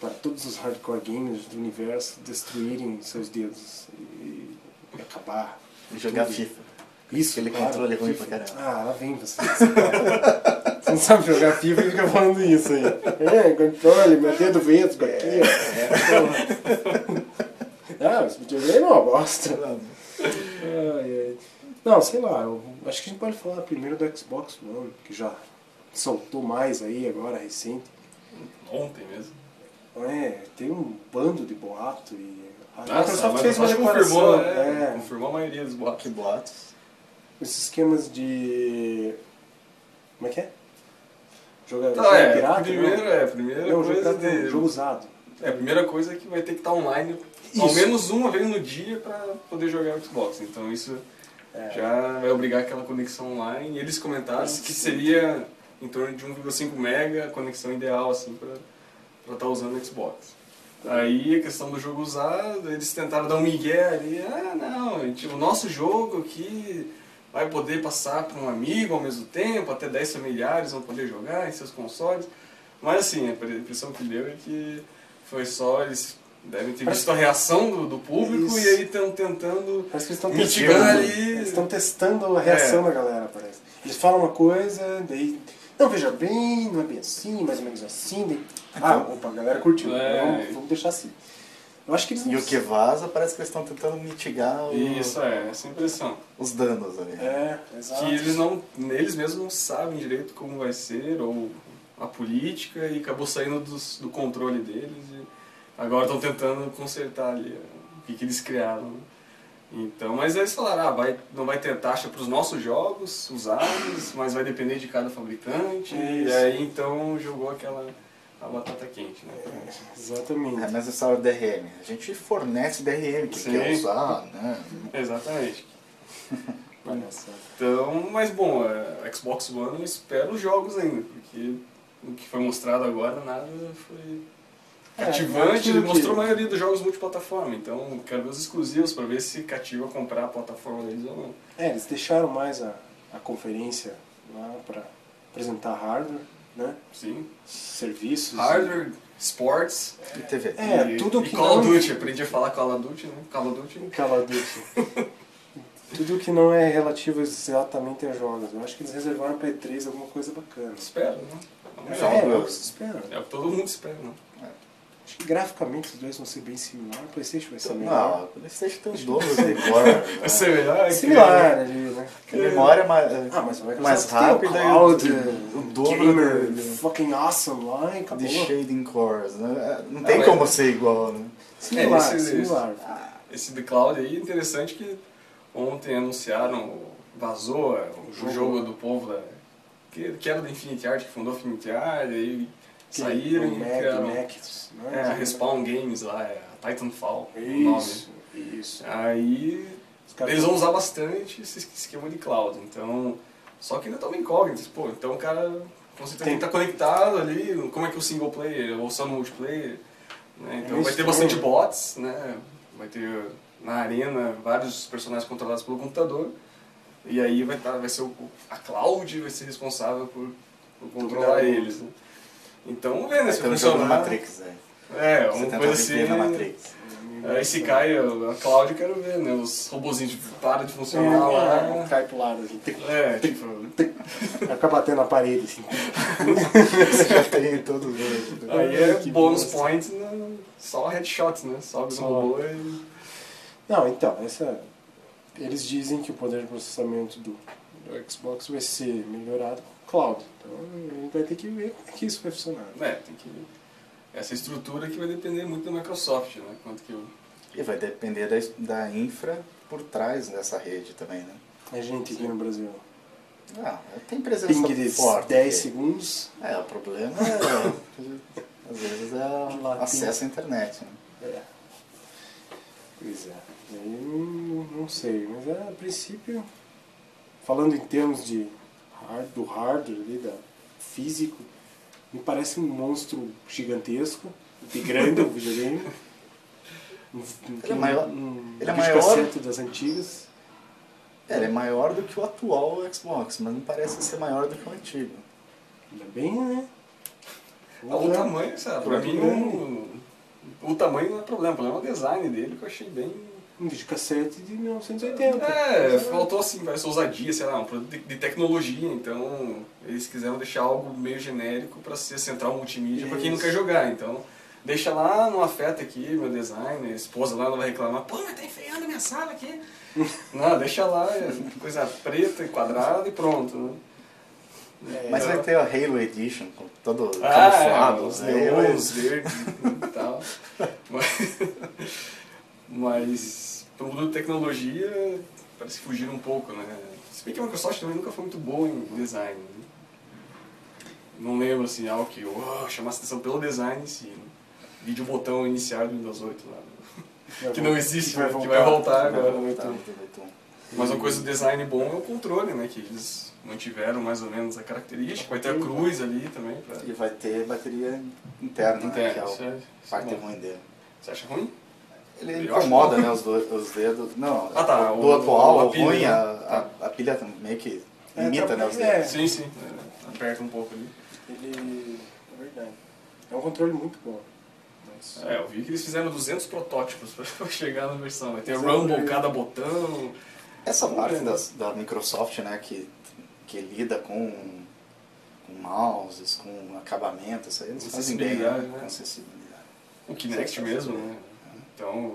[SPEAKER 1] para todos os hardcore gamers do universo destruírem seus dedos e e acabar.
[SPEAKER 2] E jogar
[SPEAKER 1] Tudo.
[SPEAKER 2] FIFA.
[SPEAKER 1] Isso,
[SPEAKER 2] Aquele controle ruim pra caramba.
[SPEAKER 1] Ah, lá vem você. Você não sabe jogar FIFA e fica falando isso aí. É, controle, meu dedo vesgo aqui,
[SPEAKER 2] É,
[SPEAKER 1] ó. Ah, esse videogame é uma bosta. Ai, ai. Não, sei lá, eu acho que a gente pode falar primeiro do Xbox One, que já soltou mais aí agora, recente.
[SPEAKER 3] Ontem mesmo.
[SPEAKER 1] É, tem um bando de boato e... A
[SPEAKER 3] Nossa,
[SPEAKER 1] Microsoft
[SPEAKER 3] mas
[SPEAKER 1] fez uma declaração,
[SPEAKER 3] confirmou, né?
[SPEAKER 1] é.
[SPEAKER 3] Confirmou a maioria dos
[SPEAKER 2] Que
[SPEAKER 3] boatos.
[SPEAKER 2] boatos.
[SPEAKER 1] Esses esquemas de. Como é que é? Jogar
[SPEAKER 3] Tá, é,
[SPEAKER 1] pirata? né?
[SPEAKER 3] primeiro,
[SPEAKER 1] não?
[SPEAKER 3] é, primeira
[SPEAKER 1] Não, jogo
[SPEAKER 3] coisa
[SPEAKER 1] pirata não,
[SPEAKER 3] de...
[SPEAKER 1] jogo usado.
[SPEAKER 3] É, a primeira coisa é que vai ter que estar online ao
[SPEAKER 1] Isso.
[SPEAKER 3] menos uma vez no dia pra poder jogar o Xbox. Então isso
[SPEAKER 1] É.
[SPEAKER 3] já vai obrigar aquela conexão online. E eles comentaram que seria em torno de 1,5 mega a conexão ideal assim pra estar usando o Xbox. Aí a questão do jogo usado, eles tentaram dar um migué ali, ah não, gente, o nosso jogo aqui vai poder passar para um amigo ao mesmo tempo, até 10 familiares vão poder jogar em seus consoles. Mas assim, a impressão que deu é que foi só eles devem ter visto a reação do, do público
[SPEAKER 1] Isso.
[SPEAKER 3] e aí estão tentando
[SPEAKER 1] Parece que eles estão
[SPEAKER 3] Mitigar
[SPEAKER 1] testando.
[SPEAKER 3] ali.
[SPEAKER 1] Eles estão testando a reação
[SPEAKER 3] É.
[SPEAKER 1] da galera, parece. Eles falam uma coisa, daí. Não, veja bem, não é bem assim, mais ou menos assim. daí- Ah, opa, a galera curtiu.
[SPEAKER 3] Então, É.
[SPEAKER 1] Vamos, vamos deixar assim. Eu acho que eles não
[SPEAKER 2] E o que vaza parece que eles estão tentando mitigar o-
[SPEAKER 3] Isso é, essa impressão.
[SPEAKER 2] os danos ali.
[SPEAKER 1] É, exato.
[SPEAKER 3] Que eles não. Eles mesmos não sabem direito como vai ser, ou a política, e acabou saindo dos- do controle deles e agora estão tentando consertar ali ó, o que, que eles criaram. né? Então, mas eles falaram, ah, vai, não vai ter taxa para os nossos jogos usados, mas vai depender de cada fabricante. E
[SPEAKER 1] Isso.
[SPEAKER 3] aí então jogou aquela a batata quente, né?
[SPEAKER 2] É a
[SPEAKER 1] Exatamente.
[SPEAKER 2] mesma história do DRM. A gente fornece DRM que
[SPEAKER 3] Sim.
[SPEAKER 2] quer usar, né?
[SPEAKER 1] É.
[SPEAKER 3] Exatamente.
[SPEAKER 1] Palhaçada.
[SPEAKER 3] Então, mas bom, é, Xbox One eu espero os jogos ainda, porque o que foi mostrado agora nada foi
[SPEAKER 1] É,
[SPEAKER 3] cativante.
[SPEAKER 1] aquilo
[SPEAKER 3] Ele
[SPEAKER 1] que-
[SPEAKER 3] mostrou a maioria dos jogos multiplataforma, então quero ver os exclusivos para ver se cativa comprar a plataforma deles ou não.
[SPEAKER 1] É, eles deixaram mais a, a conferência lá pra apresentar hardware, né?
[SPEAKER 3] Sim.
[SPEAKER 1] Serviços.
[SPEAKER 3] Hardware, Sports.
[SPEAKER 2] E TV.
[SPEAKER 1] É,
[SPEAKER 3] e,
[SPEAKER 1] tudo
[SPEAKER 3] e
[SPEAKER 1] que
[SPEAKER 3] Call of
[SPEAKER 1] não-
[SPEAKER 3] Duty, aprendi a falar Call of Duty, né? Call of Duty.
[SPEAKER 1] Call of Duty. Tudo que não é relativo exatamente a jogos. Eu acho que eles reservaram pra E3 alguma coisa bacana.
[SPEAKER 3] Espero, né? Vamos
[SPEAKER 2] Jogos.
[SPEAKER 1] É,
[SPEAKER 3] ver.
[SPEAKER 1] é o que se espera.
[SPEAKER 3] É o que todo mundo espera, né?
[SPEAKER 1] Acho que graficamente os dois vão ser bem similares. O Playstation vai ser melhor.
[SPEAKER 2] Não, o PlayStation tem os dobro de core. né?
[SPEAKER 3] Vai ser melhor.
[SPEAKER 1] É similar ali, né?
[SPEAKER 2] A memória é mais,
[SPEAKER 1] Ah, mas o Microsoft
[SPEAKER 2] mais
[SPEAKER 1] tem
[SPEAKER 2] rápida
[SPEAKER 1] o
[SPEAKER 2] e o,
[SPEAKER 1] cloud,
[SPEAKER 2] o, o
[SPEAKER 1] gamer,
[SPEAKER 2] dobro de,
[SPEAKER 1] fucking awesome lá e acabou.
[SPEAKER 2] de shading cores. Né? tá Não
[SPEAKER 3] Ah,
[SPEAKER 2] tem
[SPEAKER 3] mas-
[SPEAKER 2] como ser igual, né?
[SPEAKER 1] Similar,
[SPEAKER 3] É, esse-
[SPEAKER 1] similar.
[SPEAKER 3] Esse The Cloud aí, interessante que ontem anunciaram, vazou é, o jogo,
[SPEAKER 1] jogo.
[SPEAKER 3] do povo da. Que, que era da Infinity Art, que fundou a Infinity Art,
[SPEAKER 1] Que-
[SPEAKER 3] aí
[SPEAKER 1] é
[SPEAKER 3] saíram É,
[SPEAKER 1] o
[SPEAKER 3] e
[SPEAKER 1] Mac,
[SPEAKER 3] criaram.
[SPEAKER 1] Mac, né?
[SPEAKER 3] É, a Respawn Games lá, é a é, Titanfall, o nome.
[SPEAKER 1] Isso. Isso.
[SPEAKER 3] Aí
[SPEAKER 1] Os caras
[SPEAKER 3] eles vão usar bastante esse esquema de cloud, então. Só que ainda tá uma incógnita, pô, então o cara com certeza tem que estar conectado ali, como é que é o single player, ou só no multiplayer. né?
[SPEAKER 2] um
[SPEAKER 3] Então
[SPEAKER 1] É
[SPEAKER 3] vai ter
[SPEAKER 1] estranho,
[SPEAKER 3] bastante
[SPEAKER 1] né?
[SPEAKER 3] bots, né? Vai ter na arena vários personagens controlados pelo computador. E aí vai, tá, vai ser o, a cloud vai ser responsável por, por controlar
[SPEAKER 1] Controlar.
[SPEAKER 3] eles. Né? Então vamos ver né, se
[SPEAKER 2] Então,
[SPEAKER 3] vai
[SPEAKER 2] o jogo da
[SPEAKER 3] funcionar.
[SPEAKER 2] Matrix, é.
[SPEAKER 3] É,
[SPEAKER 2] Você
[SPEAKER 3] uma
[SPEAKER 2] tenta
[SPEAKER 3] coisa
[SPEAKER 2] viver
[SPEAKER 3] assim.
[SPEAKER 2] na Matrix.
[SPEAKER 1] É,
[SPEAKER 3] Aí se cai a a Cláudia, eu quero ver, né? Os robozinhos tipo, param de
[SPEAKER 1] É,
[SPEAKER 3] funcionar
[SPEAKER 1] é,
[SPEAKER 3] lá.
[SPEAKER 1] é, cai pro lado, assim. tic,
[SPEAKER 3] É, tipo.
[SPEAKER 1] Fica batendo na parede, assim.
[SPEAKER 2] Você já tem em todo jogo.
[SPEAKER 3] Aí é
[SPEAKER 1] Que
[SPEAKER 3] bônus
[SPEAKER 1] bosta.
[SPEAKER 3] point, né? só headshot, né? Sobe um
[SPEAKER 1] Só.
[SPEAKER 3] robô e.
[SPEAKER 1] Não, então, essa. Eles dizem que o poder de processamento do, do Xbox vai ser melhorado com o cloud. Então a gente vai ter que ver como é que isso vai funcionar.
[SPEAKER 3] É, tem que. Essa estrutura que vai depender muito da Microsoft, né? Quanto que o.
[SPEAKER 2] E vai depender da, da infra por trás dessa rede também, né?
[SPEAKER 1] A gente aqui no Brasil.
[SPEAKER 2] Ah, tem presença
[SPEAKER 1] Ping de
[SPEAKER 2] forte.
[SPEAKER 1] 10
[SPEAKER 2] aqui.
[SPEAKER 1] segundos.
[SPEAKER 2] É, o problema é. às vezes é o
[SPEAKER 1] Latim.
[SPEAKER 2] acesso à internet. Né?
[SPEAKER 1] É. Pois é. E Aí não, não sei, mas é, a princípio, falando em termos de hard, do hardware ali, da físico, me parece um monstro gigantesco, de grande o videogame. Um- um-
[SPEAKER 2] Ele é maior-
[SPEAKER 1] um
[SPEAKER 2] ele é
[SPEAKER 1] videocassete
[SPEAKER 2] maior-
[SPEAKER 1] das antigas.
[SPEAKER 2] É, ele é maior do que o atual Xbox, mas não parece ser maior do que o antigo.
[SPEAKER 1] Ainda bem, né?
[SPEAKER 2] É
[SPEAKER 3] O
[SPEAKER 1] Uhum.
[SPEAKER 3] tamanho, sabe? Pra mim,
[SPEAKER 1] é.
[SPEAKER 3] não- o tamanho não é problema, o problema é o design dele que eu achei bem.
[SPEAKER 1] Um videocassete de 1980.
[SPEAKER 3] É, faltou assim, parece ousadia, sei lá, um produto de, de tecnologia, então eles quiseram deixar algo meio genérico pra ser central multimídia pra quem não
[SPEAKER 1] Isso.
[SPEAKER 3] quer jogar, então deixa lá, não afeta aqui meu design, a esposa lá não vai reclamar, pô, mas tá enfriando minha sala aqui. não, deixa lá, é coisa preta e quadrada e pronto, né?
[SPEAKER 1] É,
[SPEAKER 2] Mas
[SPEAKER 3] É.
[SPEAKER 2] vai ter o Halo Edition, com todo
[SPEAKER 3] Ah,
[SPEAKER 2] camuflado,
[SPEAKER 3] é,
[SPEAKER 2] os
[SPEAKER 3] os
[SPEAKER 2] leões.
[SPEAKER 3] leões verdes e tal. Mas, mas pro mundo da tecnologia, parece que fugiram um pouco, né? Se bem que a Microsoft também nunca foi muito boa em design. né? Não lembro, assim, algo que uau, chamasse atenção pelo design em si. Né? Vídeo botão iniciar do Windows 8 lá. né? Que não existe, né? que vai voltar
[SPEAKER 2] Vai
[SPEAKER 3] agora.
[SPEAKER 2] voltar,
[SPEAKER 3] muito.
[SPEAKER 2] vai voltar.
[SPEAKER 3] Mas uma coisa do design bom é o controle, né? Que eles mantiveram mais ou menos a característica. Vai ter a cruz ali também. Pra...
[SPEAKER 2] E vai ter bateria interna, que é
[SPEAKER 3] Interna,
[SPEAKER 2] o
[SPEAKER 3] isso é- isso é
[SPEAKER 2] parte
[SPEAKER 3] bom.
[SPEAKER 2] ruim dele.
[SPEAKER 3] Você acha ruim?
[SPEAKER 2] Ele
[SPEAKER 3] Eu acho
[SPEAKER 2] incomoda,
[SPEAKER 3] bom.
[SPEAKER 2] né, os, do- os dedos. Não,
[SPEAKER 3] Ah, tá,
[SPEAKER 2] do
[SPEAKER 3] o-
[SPEAKER 2] atual,
[SPEAKER 3] a
[SPEAKER 2] o
[SPEAKER 3] pilha,
[SPEAKER 2] ruim,
[SPEAKER 3] né?
[SPEAKER 2] a, a, a pilha tá meio que
[SPEAKER 1] É,
[SPEAKER 2] imita,
[SPEAKER 1] tá-
[SPEAKER 2] né, os
[SPEAKER 1] é.
[SPEAKER 2] dedos.
[SPEAKER 3] Sim, sim. Aperta um pouco ali.
[SPEAKER 1] Ele. É verdade. É um controle muito bom. Mas...
[SPEAKER 3] É, eu vi que eles fizeram 200 protótipos pra chegar na versão. Vai ter
[SPEAKER 1] Sim.
[SPEAKER 3] Rumble cada botão.
[SPEAKER 2] Essa
[SPEAKER 3] Tá
[SPEAKER 2] parte das- da Microsoft, né, que, que lida com, com mouses, com acabamento, isso aí eles fazem bem, né?
[SPEAKER 3] Acessibilidade, né?
[SPEAKER 2] Com acessibilidade.
[SPEAKER 3] O Kinect
[SPEAKER 2] Sim,
[SPEAKER 3] mesmo,
[SPEAKER 2] sim.
[SPEAKER 3] né? Então,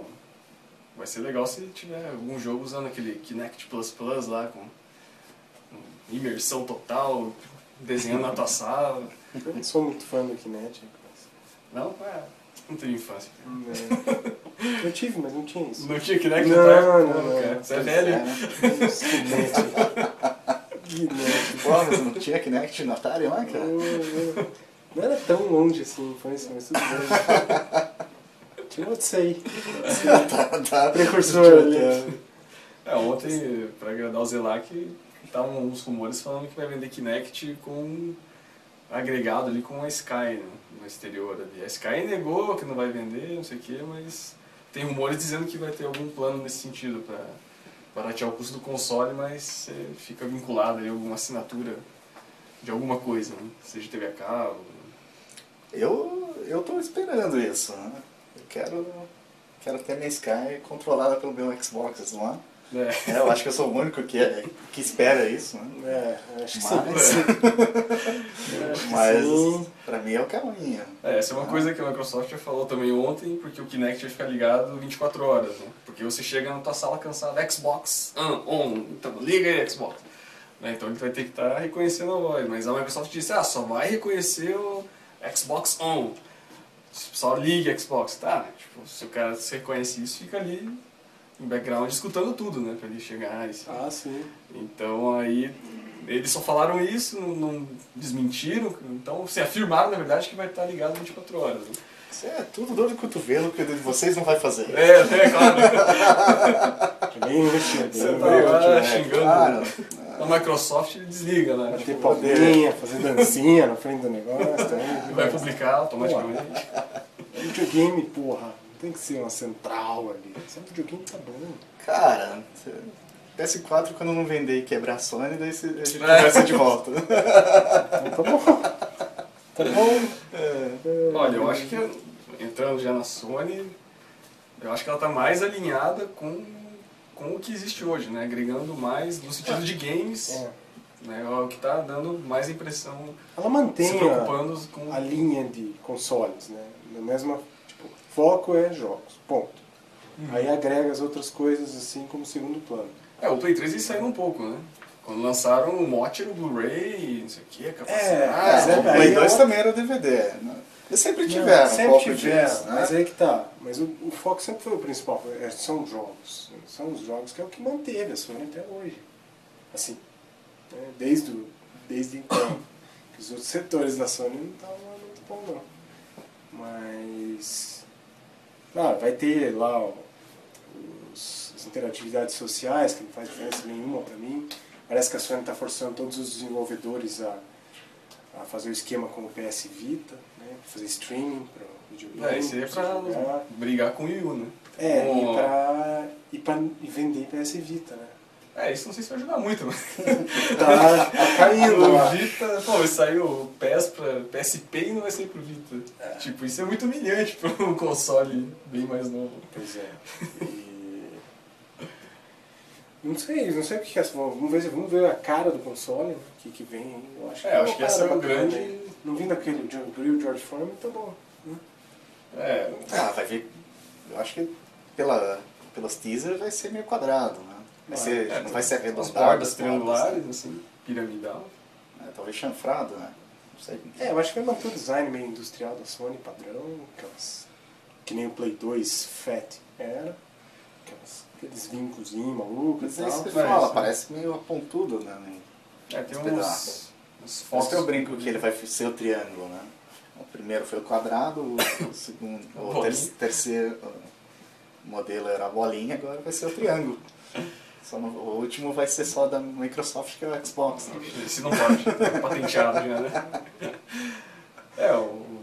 [SPEAKER 3] vai ser legal se tiver algum jogo usando aquele Kinect Plus Plus lá com com imersão total, desenhando na tua sala.
[SPEAKER 1] Eu não sou muito fã do Kinect. rapaz.
[SPEAKER 3] Não, é, não teve infância.
[SPEAKER 1] Não. Eu tive, mas não tinha isso.
[SPEAKER 3] Não tinha Kinect
[SPEAKER 1] Não,
[SPEAKER 3] atrás?
[SPEAKER 1] não,
[SPEAKER 3] Pô,
[SPEAKER 1] não.
[SPEAKER 3] cara, Você é
[SPEAKER 2] Pois
[SPEAKER 3] velho.
[SPEAKER 2] é, né?
[SPEAKER 1] Kinect. Kinect.
[SPEAKER 2] Pô, mas não tinha Kinect no Atari lá,
[SPEAKER 1] Eu-
[SPEAKER 2] cara?
[SPEAKER 1] eu- Não era tão longe assim a infância, mas tudo bem. Tinha outro sei.
[SPEAKER 2] Tá, tá.
[SPEAKER 1] Precursor ali.
[SPEAKER 3] É, ontem, pra agradar o Zelac, estavam uns rumores falando que vai vender Kinect com agregado ali com a Sky né, no exterior ali. A Sky negou que não vai vender, não sei o quê, mas tem rumores dizendo que vai ter algum plano nesse sentido pra baratear o custo do console, mas você fica vinculado ali a alguma assinatura de alguma coisa, né? seja TV a cabo.
[SPEAKER 2] Eu, eu tô esperando isso, né? Eu quero, quero ter minha Sky controlada pelo meu Xbox lá.
[SPEAKER 3] né?
[SPEAKER 2] É, eu acho que eu sou o único que, é, que espera isso, né?
[SPEAKER 1] É, acho que sim.
[SPEAKER 2] Mas,
[SPEAKER 1] Acho que
[SPEAKER 2] mas
[SPEAKER 1] sim.
[SPEAKER 2] pra mim é o caminho.
[SPEAKER 3] É, essa é uma coisa que a Microsoft já falou também ontem, porque o Kinect vai ficar ligado 24 horas, né? Porque você chega na tua sala cansada, Xbox on, on então liga aí Xbox. Né? Então ele vai ter que estar reconhecendo a voz, mas a Microsoft disse, ah, só vai reconhecer o Xbox on. Só ligue Xbox, tá? Tipo, se o cara se reconhece isso, fica ali em background escutando tudo, né? Pra ele chegar e se
[SPEAKER 1] Ah, sim.
[SPEAKER 3] então aí eles só falaram isso, não, não desmentiram, então se afirmaram na verdade que vai estar ligado 24 horas. né?
[SPEAKER 2] Isso é tudo dor de cotovelo que de vocês não vai fazer.
[SPEAKER 3] É, né, claro.
[SPEAKER 1] Bem investido.
[SPEAKER 3] Você
[SPEAKER 1] né?
[SPEAKER 3] vai lá
[SPEAKER 2] É,
[SPEAKER 3] xingando.
[SPEAKER 2] claro.
[SPEAKER 3] Na Microsoft ele desliga, né?
[SPEAKER 1] Bater
[SPEAKER 3] Tipo,
[SPEAKER 1] palminha, fazer dancinha na frente do negócio. também.
[SPEAKER 3] vai publicar automaticamente.
[SPEAKER 1] Videogame, porra. Tem que ser uma central ali. Se é videogame, tá bom.
[SPEAKER 2] Cara, PS4 quando não vender e quebrar a Sony, daí se- a
[SPEAKER 3] É.
[SPEAKER 2] gente conversa de volta.
[SPEAKER 1] Então, tá bom. Tá bom.
[SPEAKER 3] É.
[SPEAKER 2] É,
[SPEAKER 3] Olha, eu acho que entrando já na Sony, eu acho que ela tá mais alinhada com, com o que existe hoje, né? Agregando mais no sentido de games,
[SPEAKER 1] É.
[SPEAKER 3] né? É o que tá dando mais impressão,
[SPEAKER 1] Ela mantém
[SPEAKER 3] se
[SPEAKER 1] a-
[SPEAKER 3] preocupando com
[SPEAKER 1] a linha de consoles, né? Na mesma, tipo, foco é jogos, ponto.
[SPEAKER 3] Uhum.
[SPEAKER 1] Aí agrega as outras coisas assim como segundo plano.
[SPEAKER 3] É, o Play 3 eles saíram um pouco, né? Quando lançaram o mote era o Blu-ray, não sei o que, a capacidade.
[SPEAKER 1] mas é,
[SPEAKER 2] o
[SPEAKER 1] aí
[SPEAKER 2] Play 2
[SPEAKER 1] eu-
[SPEAKER 2] também era DVD. né? Eles sempre tiveram um pouco disso, né?
[SPEAKER 1] mas aí que tá. Mas o, o foco sempre foi o principal, foi- é, são os jogos. São os jogos que é o que manteve a Sony até hoje. Assim, né? desde, o- desde então. Que os outros setores da Sony não estavam lá muito bom não. Mas. Ah, vai ter lá ó, os- as interatividades sociais, que não faz diferença nenhuma pra mim. Parece que a Sony está forçando todos os desenvolvedores a, a fazer o esquema com o PS Vita, né? fazer streaming para o videogame.
[SPEAKER 3] É, isso aí é pra
[SPEAKER 1] pra jogar.
[SPEAKER 3] brigar com o Wii U, né?
[SPEAKER 1] É,
[SPEAKER 3] Com-
[SPEAKER 1] e, pra, e pra e vender PS Vita, né?
[SPEAKER 3] É, isso não sei se vai ajudar muito, mas...
[SPEAKER 1] Tá, tá caindo
[SPEAKER 3] o
[SPEAKER 1] lá.
[SPEAKER 3] Vita, pô, saiu o PS pra PSP e não vai sair pro Vita. Tipo, isso é muito humilhante pra um console bem mais novo.
[SPEAKER 1] Pois é. E... Não sei, não sei o que que é. Vamos ver, vamos ver a cara do console, né? o que, que vem aí. Eu acho que
[SPEAKER 3] É,
[SPEAKER 1] uma
[SPEAKER 3] acho que essa
[SPEAKER 1] parada
[SPEAKER 3] é o
[SPEAKER 1] bacana,
[SPEAKER 3] grande-
[SPEAKER 1] né? Não vindo aquele John Grill, George Foreman, tá bom.
[SPEAKER 3] É,
[SPEAKER 2] Ah, vai vir. Eu acho que pela, pelos teasers vai ser meio quadrado, né? Vai ser,
[SPEAKER 3] é,
[SPEAKER 2] não vai ser
[SPEAKER 3] as
[SPEAKER 2] arredondado.
[SPEAKER 3] bordas
[SPEAKER 2] as
[SPEAKER 3] triangulares, assim, piramidal.
[SPEAKER 2] né? É, talvez chanfrado, né? Não sei.
[SPEAKER 1] É, eu acho que vai manter o design meio industrial da Sony, padrão, aquelas. Que nem o Play 2 Fat era. Aquelas, aqueles vincozinhos malucos
[SPEAKER 2] Mas
[SPEAKER 1] e
[SPEAKER 2] é
[SPEAKER 1] tal.
[SPEAKER 2] isso que
[SPEAKER 3] mas-
[SPEAKER 2] fala, parece meio apontudo, né?
[SPEAKER 3] É, tem uns,
[SPEAKER 2] Pedaço.
[SPEAKER 3] uns
[SPEAKER 2] Por isso
[SPEAKER 3] focos.
[SPEAKER 2] que eu brinco que ele vai ser o triângulo, né? O primeiro foi o quadrado, o segundo, o ter-
[SPEAKER 3] Bolinha.
[SPEAKER 2] terceiro modelo era a bolinha, agora vai ser o triângulo. Só no- o último vai ser só da Microsoft que é o Xbox. Né?
[SPEAKER 3] Esse não pode, tá patenteado já, né? É, o,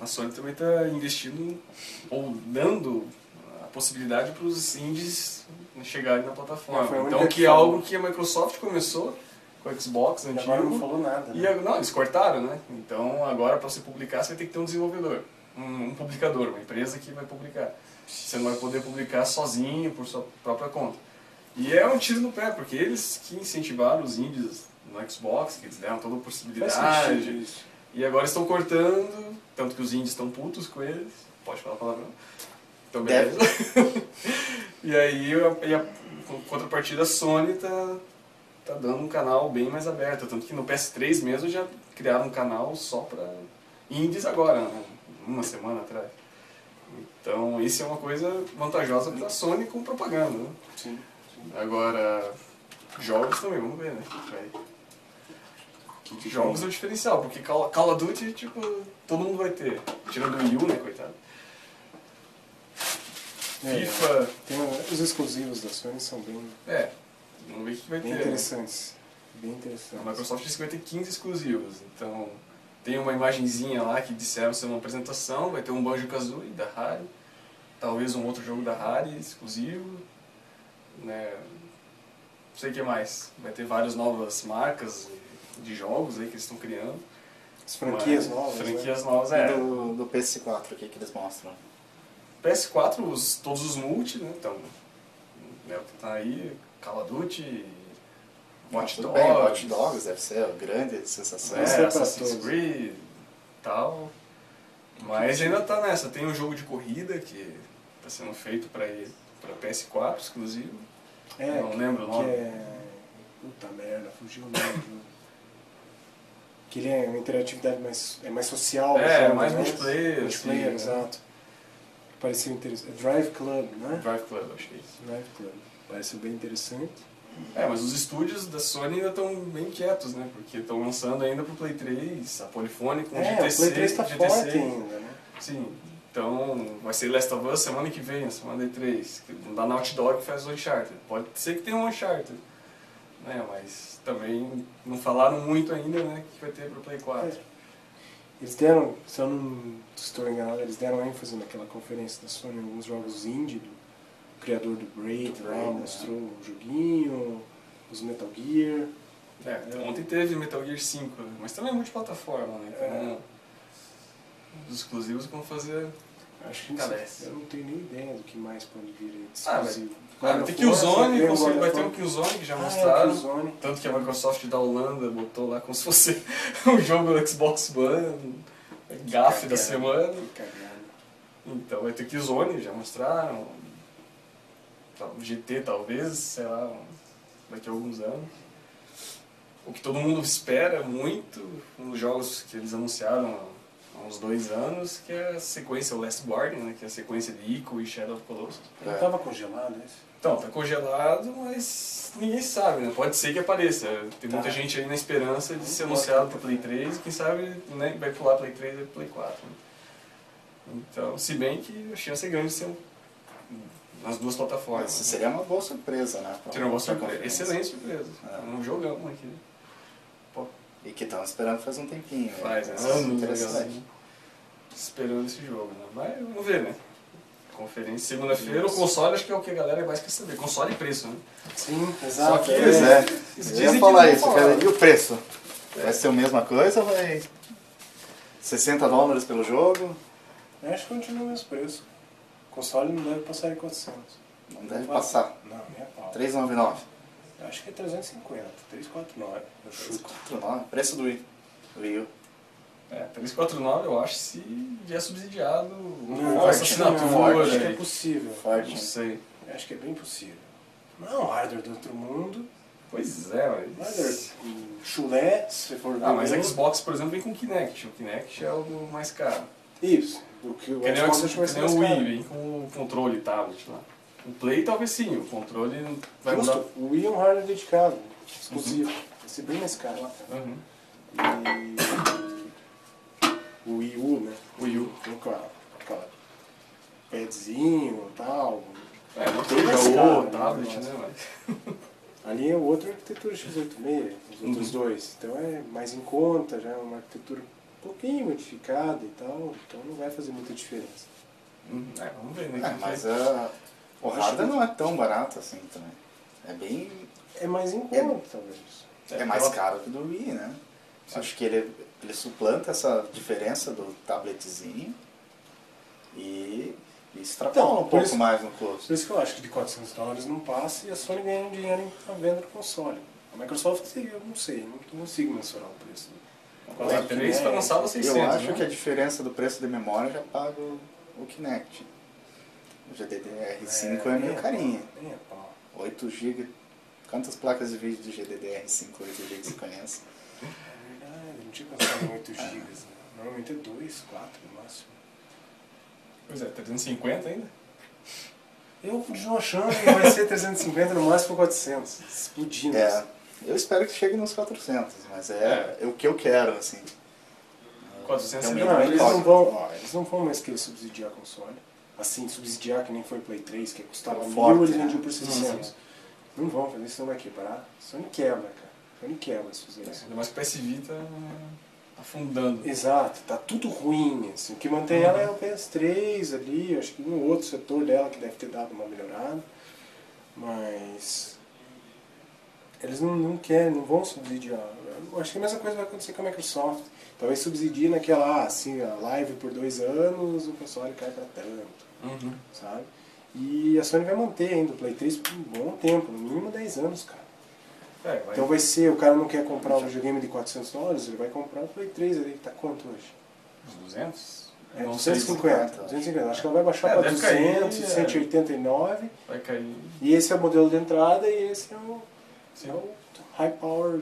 [SPEAKER 3] a Sony também tá investindo ou dando a possibilidade para os indies chegarem na
[SPEAKER 1] É, foi a
[SPEAKER 3] plataforma.
[SPEAKER 1] única
[SPEAKER 3] Então
[SPEAKER 1] que
[SPEAKER 3] que é
[SPEAKER 1] foi.
[SPEAKER 3] algo que a Microsoft começou com o Xbox
[SPEAKER 1] E agora não
[SPEAKER 3] antigo.
[SPEAKER 1] falou nada.
[SPEAKER 3] E
[SPEAKER 1] Né?
[SPEAKER 3] a- não, eles cortaram, né? Então agora para você publicar você vai ter que ter um desenvolvedor, um, um publicador, uma empresa que vai publicar. Você não vai poder publicar sozinho por sua própria conta. E é um tiro no pé, porque eles que incentivaram os índios no Xbox, que eles deram toda a
[SPEAKER 1] Faz sentido
[SPEAKER 3] possibilidade.
[SPEAKER 1] isso.
[SPEAKER 3] E agora estão cortando, tanto que os índios estão putos com eles. Pode falar palavrão. Então beleza. e aí a, e a contrapartida a Sony tá, tá dando um canal bem mais aberto. Tanto que no PS3 mesmo já criaram um canal só pra indies agora, né? uma semana atrás. Então isso é uma coisa vantajosa pra Sony com propaganda, né?
[SPEAKER 1] Sim.
[SPEAKER 3] Agora, jogos também, vamos ver, né? Vai. Jogos é o diferencial, porque Call Call of Duty, tipo, todo mundo vai ter. Tirando o Wii U, né, coitado.
[SPEAKER 1] É.
[SPEAKER 3] FIFA,
[SPEAKER 1] Tem uma- os exclusivos da Sony são bem,
[SPEAKER 3] é. Vamos ver o que vai
[SPEAKER 1] bem
[SPEAKER 3] ter. né?
[SPEAKER 1] interessantes. Bem
[SPEAKER 3] A
[SPEAKER 1] interessantes.
[SPEAKER 3] Microsoft disse que vai ter 15 exclusivos, então tem uma imagenzinha lá que disseram ser uma apresentação, vai ter um Banjo-Kazooie da Rare, talvez um outro jogo da Rare exclusivo, né? Não sei o que mais. Vai ter várias novas marcas de jogos aí que eles estão criando.
[SPEAKER 1] As franquias
[SPEAKER 3] Mas-
[SPEAKER 1] novas. Né?
[SPEAKER 3] Franquias novas, é.
[SPEAKER 2] Do, do PS4, o que, que eles mostram?
[SPEAKER 3] PS4, os, todos os multi, né? Então, né, o que tá aí, Call of Duty, Watch
[SPEAKER 2] Tudo
[SPEAKER 3] Dogs,
[SPEAKER 2] bem, Watch Dogs deve ser a grande sensação.
[SPEAKER 1] Isso é
[SPEAKER 3] é,
[SPEAKER 1] pra
[SPEAKER 3] Assassin's
[SPEAKER 1] todos.
[SPEAKER 3] Creed tal. Mas ainda tá nessa. Tem um jogo de corrida que tá sendo feito pra, ele- pra PS4 exclusivo.
[SPEAKER 1] É,
[SPEAKER 3] não lembro o
[SPEAKER 1] que
[SPEAKER 3] nome.
[SPEAKER 1] é. Puta merda, fugiu o nome do jogo. Que ele é uma interatividade mais, é mais social.
[SPEAKER 3] É,
[SPEAKER 1] sabe,
[SPEAKER 3] mais multiplayer,
[SPEAKER 1] Multiplayer,
[SPEAKER 3] assim, né?
[SPEAKER 1] exato. Pareceu interessante. É Drive Club, né?
[SPEAKER 3] Drive Club, eu achei isso.
[SPEAKER 1] Drive Club. Pareceu bem interessante.
[SPEAKER 3] É, mas os estúdios da Sony ainda estão bem quietos, né? Porque estão lançando ainda pro Play 3, a Polifone com
[SPEAKER 1] é,
[SPEAKER 3] GTC.
[SPEAKER 1] o Play 3 tá
[SPEAKER 3] GTC.
[SPEAKER 1] forte ainda, né?
[SPEAKER 3] Sim. Então, vai ser Last of Us semana que vem, semana E3. que Não dá Naughty Dog que faz o Uncharted. Pode ser que tenha um Uncharted. Né? Mas também não falaram muito ainda, né? Que vai ter pro Play 4.
[SPEAKER 1] Eles deram, se eu não estou enganado, eles deram ênfase naquela conferência da Sony, em alguns jogos indie, do o criador do Braid
[SPEAKER 2] Do
[SPEAKER 1] lá,
[SPEAKER 2] Braid, né?
[SPEAKER 1] mostrou o joguinho, os Metal Gear.
[SPEAKER 3] É, ontem teve Metal Gear 5, né, mas também é multiplataforma, né?
[SPEAKER 1] É.
[SPEAKER 3] Então, os exclusivos vão fazer.
[SPEAKER 1] Acho que
[SPEAKER 3] Carece.
[SPEAKER 1] eu não tenho nem ideia do que mais pode vir aí de
[SPEAKER 3] Ah, mas-
[SPEAKER 1] exclusivo.
[SPEAKER 3] Ah,
[SPEAKER 1] God
[SPEAKER 3] tem
[SPEAKER 1] of War,
[SPEAKER 3] Killzone,
[SPEAKER 1] tem
[SPEAKER 3] com certeza
[SPEAKER 1] God
[SPEAKER 3] vai
[SPEAKER 1] of
[SPEAKER 3] ter
[SPEAKER 1] War.
[SPEAKER 3] um Killzone que já
[SPEAKER 1] Ah, é, o
[SPEAKER 3] mostraram.
[SPEAKER 1] Killzone.
[SPEAKER 3] Tanto que a Microsoft da Holanda botou lá como se fosse um jogo do Xbox One, gafe
[SPEAKER 1] Cagada.
[SPEAKER 3] da semana.
[SPEAKER 1] Cagada.
[SPEAKER 2] É.
[SPEAKER 3] Então vai ter Killzone, já mostraram. Tal- GT talvez, sei lá, um- daqui a alguns anos. O que todo mundo espera muito, um dos jogos que eles anunciaram há- há uns dois anos, que é a sequência, o Last Guardian, né, que é a sequência de Ico e Shadow of Colossus.
[SPEAKER 2] É,
[SPEAKER 1] Não tava congelado é esse?
[SPEAKER 3] Então, tá congelado, mas ninguém sabe, né? Pode ser que apareça. Tem muita
[SPEAKER 1] Tá.
[SPEAKER 3] gente aí na esperança de ser anunciado pro Play 3 e quem sabe né, vai pular Play 3 e Play 4. né? Então, se bem que a chance é grande de ser um- nas duas plataformas.
[SPEAKER 2] Isso
[SPEAKER 3] né?
[SPEAKER 2] seria uma boa surpresa, né? pra-
[SPEAKER 3] Seria uma boa
[SPEAKER 2] pra
[SPEAKER 3] surpresa.
[SPEAKER 2] conferência.
[SPEAKER 3] Excelente surpresa.
[SPEAKER 2] É.
[SPEAKER 3] Um jogão aqui. né? Pô,
[SPEAKER 2] E que estavam esperando faz um tempinho. né?
[SPEAKER 3] faz Ah,
[SPEAKER 2] Isso é
[SPEAKER 3] anos
[SPEAKER 2] interessante.
[SPEAKER 3] né? esperando esse jogo, né? Mas vamos ver, né? Conferência segunda-feira, o console acho que é o que a galera mais quer saber. Console e preço, né?
[SPEAKER 1] Sim,
[SPEAKER 3] exato.
[SPEAKER 1] exato.
[SPEAKER 3] que-
[SPEAKER 2] Pois é.
[SPEAKER 3] Eles
[SPEAKER 2] Eu
[SPEAKER 3] dizem
[SPEAKER 2] ia
[SPEAKER 3] que
[SPEAKER 2] falar
[SPEAKER 3] não É.
[SPEAKER 2] isso,
[SPEAKER 3] falaram.
[SPEAKER 2] cara. E o preço? Vai ser a mesma coisa ou vai. 60 dólares pelo jogo?
[SPEAKER 1] Eu acho que continua o mesmo preço. O console não deve passar de 400.
[SPEAKER 2] Não deve passar.
[SPEAKER 1] Não, nem a pau.
[SPEAKER 2] 399.
[SPEAKER 1] Eu Acho que é 350, 349. Eu chuto.
[SPEAKER 2] 349. Preço do Wii. Do Wii U.
[SPEAKER 3] É, 349 eu acho se vier subsidiado
[SPEAKER 1] Não,
[SPEAKER 3] com essa
[SPEAKER 1] acho que não,
[SPEAKER 3] assinatura.
[SPEAKER 1] acho que é
[SPEAKER 3] né?
[SPEAKER 1] possível.
[SPEAKER 3] Não
[SPEAKER 2] Forte.
[SPEAKER 3] sei.
[SPEAKER 1] Eu Acho que é bem possível. Não é um hardware do outro mundo.
[SPEAKER 3] Pois é, mas.
[SPEAKER 1] Hardware com chulé, se for ver
[SPEAKER 3] Ah, mas
[SPEAKER 1] bem.
[SPEAKER 3] Xbox, por exemplo, vem com Kinect. O Kinect é algo mais caro.
[SPEAKER 1] Isso. O que o
[SPEAKER 3] Que nem o,
[SPEAKER 1] Xbox acho
[SPEAKER 3] Xbox,
[SPEAKER 1] que vai ser
[SPEAKER 3] que
[SPEAKER 1] mais
[SPEAKER 3] nem o Wii,
[SPEAKER 1] caro.
[SPEAKER 3] vem com o controle e tablet lá. O Play talvez sim, o controle vai
[SPEAKER 1] Justo.
[SPEAKER 3] mudar.
[SPEAKER 1] O Wii é um hardware dedicado, exclusivo. Vai ser bem mais caro lá.
[SPEAKER 3] Uhum.
[SPEAKER 1] E... O Wii U, né?
[SPEAKER 3] O Wii U.
[SPEAKER 1] Com aquela, aquela padzinho e tal.
[SPEAKER 3] É, não
[SPEAKER 1] Bem
[SPEAKER 3] tem
[SPEAKER 1] mais
[SPEAKER 3] já
[SPEAKER 1] caro,
[SPEAKER 3] o
[SPEAKER 1] né,
[SPEAKER 3] tablet,
[SPEAKER 1] nossa.
[SPEAKER 3] né? Mas...
[SPEAKER 1] Ali é outra arquitetura x86, os outros dois. Então é mais em conta, já é uma arquitetura um pouquinho modificada e tal. Então não vai fazer muita diferença.
[SPEAKER 3] Uhum. É, vamos ver, né?
[SPEAKER 2] É, mas ah, o hardware não é tão barato assim também. É bem.
[SPEAKER 1] É mais em conta, talvez.
[SPEAKER 2] É mais caro que o do Wii, né? Acho que ele, ele suplanta essa diferença do tabletzinho e, e extrapola
[SPEAKER 1] Então,
[SPEAKER 2] um
[SPEAKER 1] por
[SPEAKER 2] pouco
[SPEAKER 1] isso-
[SPEAKER 2] mais no custo.
[SPEAKER 1] Por isso que eu acho que de 400 dólares não passa e a Sony ganha um dinheiro na venda do console. A Microsoft, eu não sei, não consigo mensurar o preço.
[SPEAKER 3] Quase 3
[SPEAKER 1] É,
[SPEAKER 3] foi lançado a
[SPEAKER 2] Eu
[SPEAKER 3] 600.
[SPEAKER 2] acho
[SPEAKER 3] né?
[SPEAKER 2] que a diferença do preço de memória já paga o, o Kinect. O GDDR5 é, meio carinho.
[SPEAKER 1] É, pau.
[SPEAKER 2] 8 GB. Quantas placas de vídeo de GDDR5, 8 GB você conhece?
[SPEAKER 1] É verdade, eu não tinha pensado em 8 GB. Né? Normalmente é 2, 4 no máximo.
[SPEAKER 3] Pois é, 350 ainda?
[SPEAKER 1] Eu continuo achando que vai ser 350, no máximo 400. Explodindo.
[SPEAKER 2] É, eu espero que chegue nos 400, mas é, é o que eu quero, assim. um
[SPEAKER 3] 400
[SPEAKER 2] Também
[SPEAKER 1] Não,
[SPEAKER 3] é
[SPEAKER 1] eles
[SPEAKER 2] Claro.
[SPEAKER 1] não vão, ó, eles não vão mais querer subsidiar console. Assim, subsidiar que nem foi Play 3, que custava
[SPEAKER 2] Forte,
[SPEAKER 1] mil, eles
[SPEAKER 2] né?
[SPEAKER 1] vendiam por 600.
[SPEAKER 3] Uhum.
[SPEAKER 1] Não vão fazer isso, não vai quebrar. Sony quebra, cara. Sony quebra se fizer isso.
[SPEAKER 3] Ainda mais que o PS Vita né, afundando.
[SPEAKER 1] Exato, tá tudo ruim. Assim. O que mantém ela é o PS3 ali, acho que um outro setor dela que deve ter dado uma melhorada. Mas. Eles não, não querem, não vão subsidiar. Eu acho que a mesma coisa vai acontecer com a Microsoft. Talvez subsidie naquela, ah, assim, a live por dois anos, o console cai pra tanto,
[SPEAKER 3] Uhum.
[SPEAKER 1] sabe? E a Sony vai manter ainda o Play 3 por um bom tempo, no mínimo 10 anos, cara.
[SPEAKER 3] É, vai.
[SPEAKER 1] Então vai ser, o cara não quer comprar um videogame de 400 dólares, ele vai comprar o Play 3 ali, que tá quanto hoje?
[SPEAKER 3] Uns 200?
[SPEAKER 1] É,
[SPEAKER 3] não sei.
[SPEAKER 1] 250, 250. Acho que ela vai baixar
[SPEAKER 3] É,
[SPEAKER 1] para
[SPEAKER 3] deve cair,
[SPEAKER 1] 200,
[SPEAKER 3] é.
[SPEAKER 1] 189.
[SPEAKER 3] Vai cair.
[SPEAKER 1] E esse é o modelo de entrada e esse é o,
[SPEAKER 3] Sim.
[SPEAKER 1] é o High Power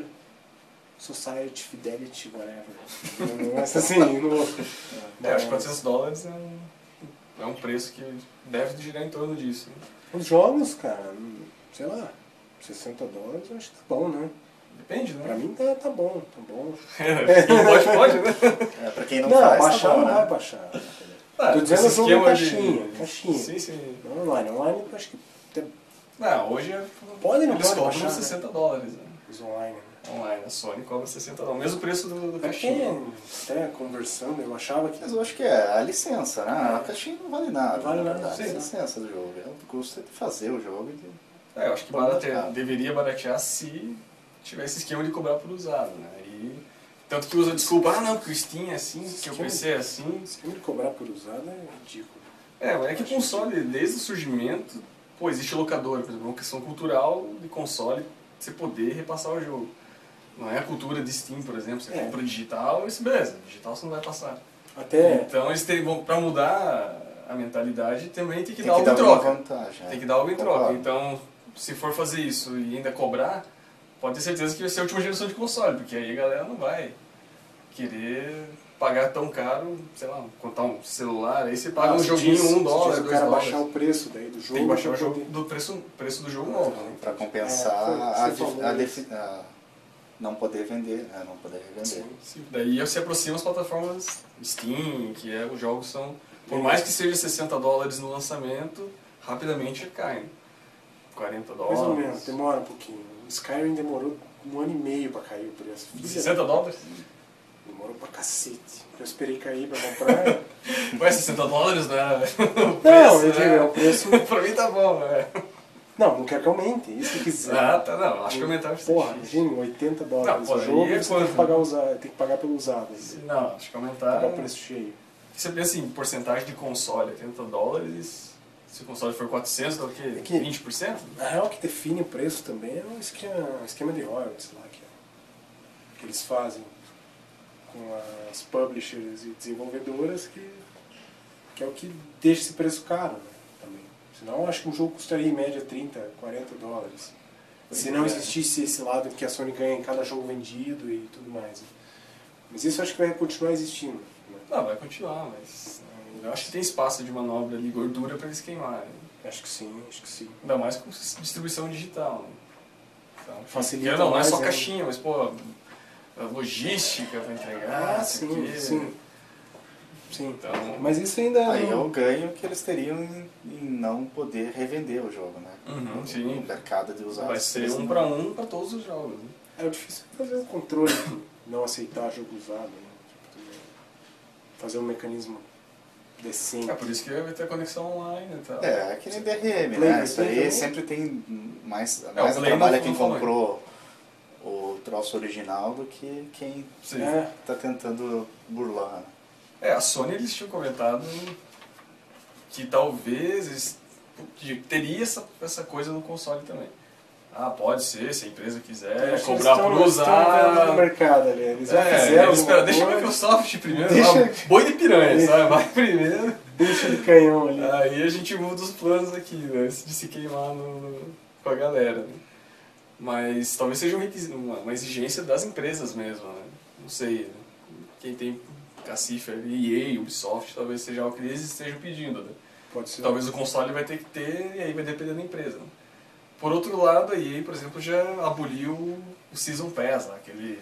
[SPEAKER 1] Society Fidelity, whatever. Mas assim, no...
[SPEAKER 2] Então,
[SPEAKER 3] É, acho que 400 dólares é um, é um preço que deve girar em torno disso. né?
[SPEAKER 1] Os jogos, cara, sei lá, 60 dólares eu acho que tá bom, né?
[SPEAKER 3] Depende, né?
[SPEAKER 1] Pra mim tá, tá bom, tá bom.
[SPEAKER 3] É, quem pode, pode, né?
[SPEAKER 2] É, pra quem não,
[SPEAKER 1] Não,
[SPEAKER 2] faz, tá
[SPEAKER 1] baixar
[SPEAKER 2] bom,
[SPEAKER 1] não
[SPEAKER 2] né?
[SPEAKER 1] vai baixar.
[SPEAKER 3] Ah,
[SPEAKER 1] Tô dizendo
[SPEAKER 3] esse
[SPEAKER 1] jogo em
[SPEAKER 3] esquema
[SPEAKER 1] caixinha, caixinha.
[SPEAKER 3] Sim, sim.
[SPEAKER 1] Não online. Online eu acho que tem
[SPEAKER 3] Não, hoje é-
[SPEAKER 1] Pode, não
[SPEAKER 3] eles
[SPEAKER 1] pode
[SPEAKER 3] cobram
[SPEAKER 1] baixar, né?
[SPEAKER 3] 60 dólares. Né?
[SPEAKER 1] os online. né?
[SPEAKER 3] Online, a Sony cobra 60 dólares. Mesmo preço do, do
[SPEAKER 1] Até,
[SPEAKER 3] caixinha.
[SPEAKER 1] até conversando, eu achava que
[SPEAKER 2] Mas eu acho que é a licença, né? A caixinha não vale nada.
[SPEAKER 1] Não vale
[SPEAKER 2] na
[SPEAKER 1] nada,
[SPEAKER 2] verdade.
[SPEAKER 3] sim.
[SPEAKER 2] É a licença do jogo. É o custo de fazer o jogo. e de-
[SPEAKER 3] É, eu acho que
[SPEAKER 2] Vamos
[SPEAKER 3] barate-
[SPEAKER 2] marcar.
[SPEAKER 3] deveria baratear se tivesse esquema de cobrar por usado, né? E, tanto que usa desculpa, ah não, porque o Steam é assim, porque o
[SPEAKER 1] Steam?
[SPEAKER 3] PC é assim.
[SPEAKER 1] esse esquema de cobrar por usado é ridículo.
[SPEAKER 3] É, mas é que o console, desde o surgimento, pô, existe locadora, por exemplo, é uma questão cultural de console, você poder repassar o jogo. Não é a cultura de Steam, por exemplo, você
[SPEAKER 1] É.
[SPEAKER 3] compra digital, isso beleza, digital você não vai passar.
[SPEAKER 1] Até
[SPEAKER 3] Então eles têm, bom, pra mudar a mentalidade também tem que
[SPEAKER 2] Tem
[SPEAKER 3] dar algo em
[SPEAKER 2] alguma
[SPEAKER 3] troca.
[SPEAKER 2] vantagem. né?
[SPEAKER 3] Tem que dar algo em
[SPEAKER 2] Concordo.
[SPEAKER 3] troca. Então, se for fazer isso e ainda cobrar, pode ter certeza que vai ser a última geração de console, porque aí a galera não vai querer pagar tão caro, sei lá, contar um celular, aí você paga um
[SPEAKER 1] se
[SPEAKER 3] joguinho,
[SPEAKER 1] diz- se
[SPEAKER 3] um
[SPEAKER 1] diz
[SPEAKER 3] dólar,
[SPEAKER 1] o
[SPEAKER 3] dois
[SPEAKER 1] cara
[SPEAKER 3] dólares.
[SPEAKER 1] baixar o preço daí do jogo. né?
[SPEAKER 3] Tem que baixar o
[SPEAKER 1] pra
[SPEAKER 3] jogo
[SPEAKER 1] poder-
[SPEAKER 3] do preço, preço do jogo novo, né?
[SPEAKER 2] Pra compensar
[SPEAKER 1] É, foi o que
[SPEAKER 2] a,
[SPEAKER 1] você
[SPEAKER 2] dif-
[SPEAKER 1] falou,
[SPEAKER 2] a
[SPEAKER 1] né?
[SPEAKER 2] defi- a não poder vender, né? Não poder revender.
[SPEAKER 3] Sim, Daí se aproxima as plataformas Steam, que é, os jogos são, por mais que seja 60 dólares no lançamento, rapidamente caem. 40 dólares.
[SPEAKER 1] Mais ou menos, demora um pouquinho. O Skyrim demorou um ano e meio pra cair o preço. Filha,
[SPEAKER 3] 60 dólares?
[SPEAKER 1] Demorou pra cacete. Eu esperei cair pra comprar.
[SPEAKER 3] Ué, 60 dólares, né?
[SPEAKER 1] não,
[SPEAKER 3] Preço,
[SPEAKER 1] eu digo, é o
[SPEAKER 3] né?
[SPEAKER 1] preço.
[SPEAKER 3] pra mim tá bom, né?
[SPEAKER 1] Não, não quero que aumente, isso que quiser.
[SPEAKER 3] Ah, tá, não. Acho que aumentaram bastante.
[SPEAKER 1] Porra, imagina, 80
[SPEAKER 3] Não,
[SPEAKER 1] dólares
[SPEAKER 3] pô,
[SPEAKER 1] o
[SPEAKER 3] aí
[SPEAKER 1] jogo,
[SPEAKER 3] é
[SPEAKER 1] você tem que,
[SPEAKER 3] quanto? Ah.
[SPEAKER 1] pagar usado, tem que pagar pelo usado. Tem
[SPEAKER 3] Não, acho que
[SPEAKER 1] que
[SPEAKER 3] aumentaram.
[SPEAKER 1] pagar o preço cheio.
[SPEAKER 3] Você pensa em porcentagem de console, 80 dólares. Se o console for 400, dá o quê?
[SPEAKER 1] É que-
[SPEAKER 3] 20%?
[SPEAKER 1] Na real, o que define o preço também é um esquema, um esquema de royalties lá que, é- que eles fazem com as publishers e desenvolvedoras, que, que é o que deixa esse preço caro né, também. Senão, eu acho que um jogo custaria em média 30, 40 dólares. Se não
[SPEAKER 2] É.
[SPEAKER 1] existisse esse lado que a Sony ganha em cada jogo vendido e tudo mais. né. Mas isso eu acho que vai continuar existindo. né.
[SPEAKER 3] Não, vai continuar, mas. né, Eu acho que tem espaço de manobra ali, gordura pra eles queimarem.
[SPEAKER 1] É, Acho que sim, acho que sim.
[SPEAKER 3] Ainda mais com distribuição digital. Né? Então,
[SPEAKER 1] Facilita
[SPEAKER 3] Não, não é
[SPEAKER 1] mais,
[SPEAKER 3] só
[SPEAKER 1] né?
[SPEAKER 3] caixinha, mas pô, a logística pra entregar.
[SPEAKER 1] Ah,
[SPEAKER 3] isso
[SPEAKER 1] sim,
[SPEAKER 3] aqui. é
[SPEAKER 1] sim. Sim.
[SPEAKER 3] Então-
[SPEAKER 1] Mas isso ainda
[SPEAKER 2] Aí é
[SPEAKER 1] não-
[SPEAKER 2] o ganho que eles teriam em, em não poder revender o jogo, né?
[SPEAKER 3] Uhum,
[SPEAKER 2] O-
[SPEAKER 3] sim.
[SPEAKER 2] O mercado de usados.
[SPEAKER 3] Vai ser um pra um pra todos os jogos. né?
[SPEAKER 1] É difícil fazer um controle, de não aceitar jogo usado, né? Tipo, também fazer um mecanismo decente.
[SPEAKER 3] É por isso que vai ter conexão online e tal.
[SPEAKER 2] É, é que nem DRM,
[SPEAKER 1] Play,
[SPEAKER 2] né? Isso
[SPEAKER 1] Play
[SPEAKER 2] aí
[SPEAKER 1] também.
[SPEAKER 2] sempre tem mais,
[SPEAKER 3] É, o
[SPEAKER 2] mais
[SPEAKER 3] Play
[SPEAKER 2] trabalho
[SPEAKER 3] não-
[SPEAKER 2] a quem
[SPEAKER 3] não falou.
[SPEAKER 2] comprou o troço original do que quem
[SPEAKER 3] Sim. É.
[SPEAKER 1] É,
[SPEAKER 2] tá tentando burlar. né?
[SPEAKER 3] a Sony eles tinham comentado que talvez eles- que teria essa, essa coisa no console também. Ah, pode ser, se a empresa quiser,
[SPEAKER 1] Acho que eles
[SPEAKER 3] é, cobrar
[SPEAKER 1] estão-
[SPEAKER 3] por
[SPEAKER 1] eles estão
[SPEAKER 3] usar.
[SPEAKER 1] no mercado ali. Eles já
[SPEAKER 3] É,
[SPEAKER 1] fizeram.
[SPEAKER 3] espera,
[SPEAKER 1] alguma
[SPEAKER 3] deixa a
[SPEAKER 1] coisa,
[SPEAKER 3] Microsoft primeiro.
[SPEAKER 1] Deixa-
[SPEAKER 3] lá, Boi de piranha,
[SPEAKER 1] Deixa.
[SPEAKER 3] sabe? Vai primeiro.
[SPEAKER 1] Deixa de canhão ali.
[SPEAKER 3] Aí a gente muda os planos aqui, né? antes De se queimar no- com a galera. né? Mas talvez seja um requisi- uma, uma exigência das empresas mesmo, né? Não sei. né? Quem tem cacife ali, EA, Ubisoft, talvez seja algo que eles estejam pedindo, né?
[SPEAKER 1] Pode ser. um
[SPEAKER 3] Talvez o console vai ter que ter e aí vai depender da empresa. né? Por outro lado, a EA, por exemplo, já aboliu o Season Pass, né? aquele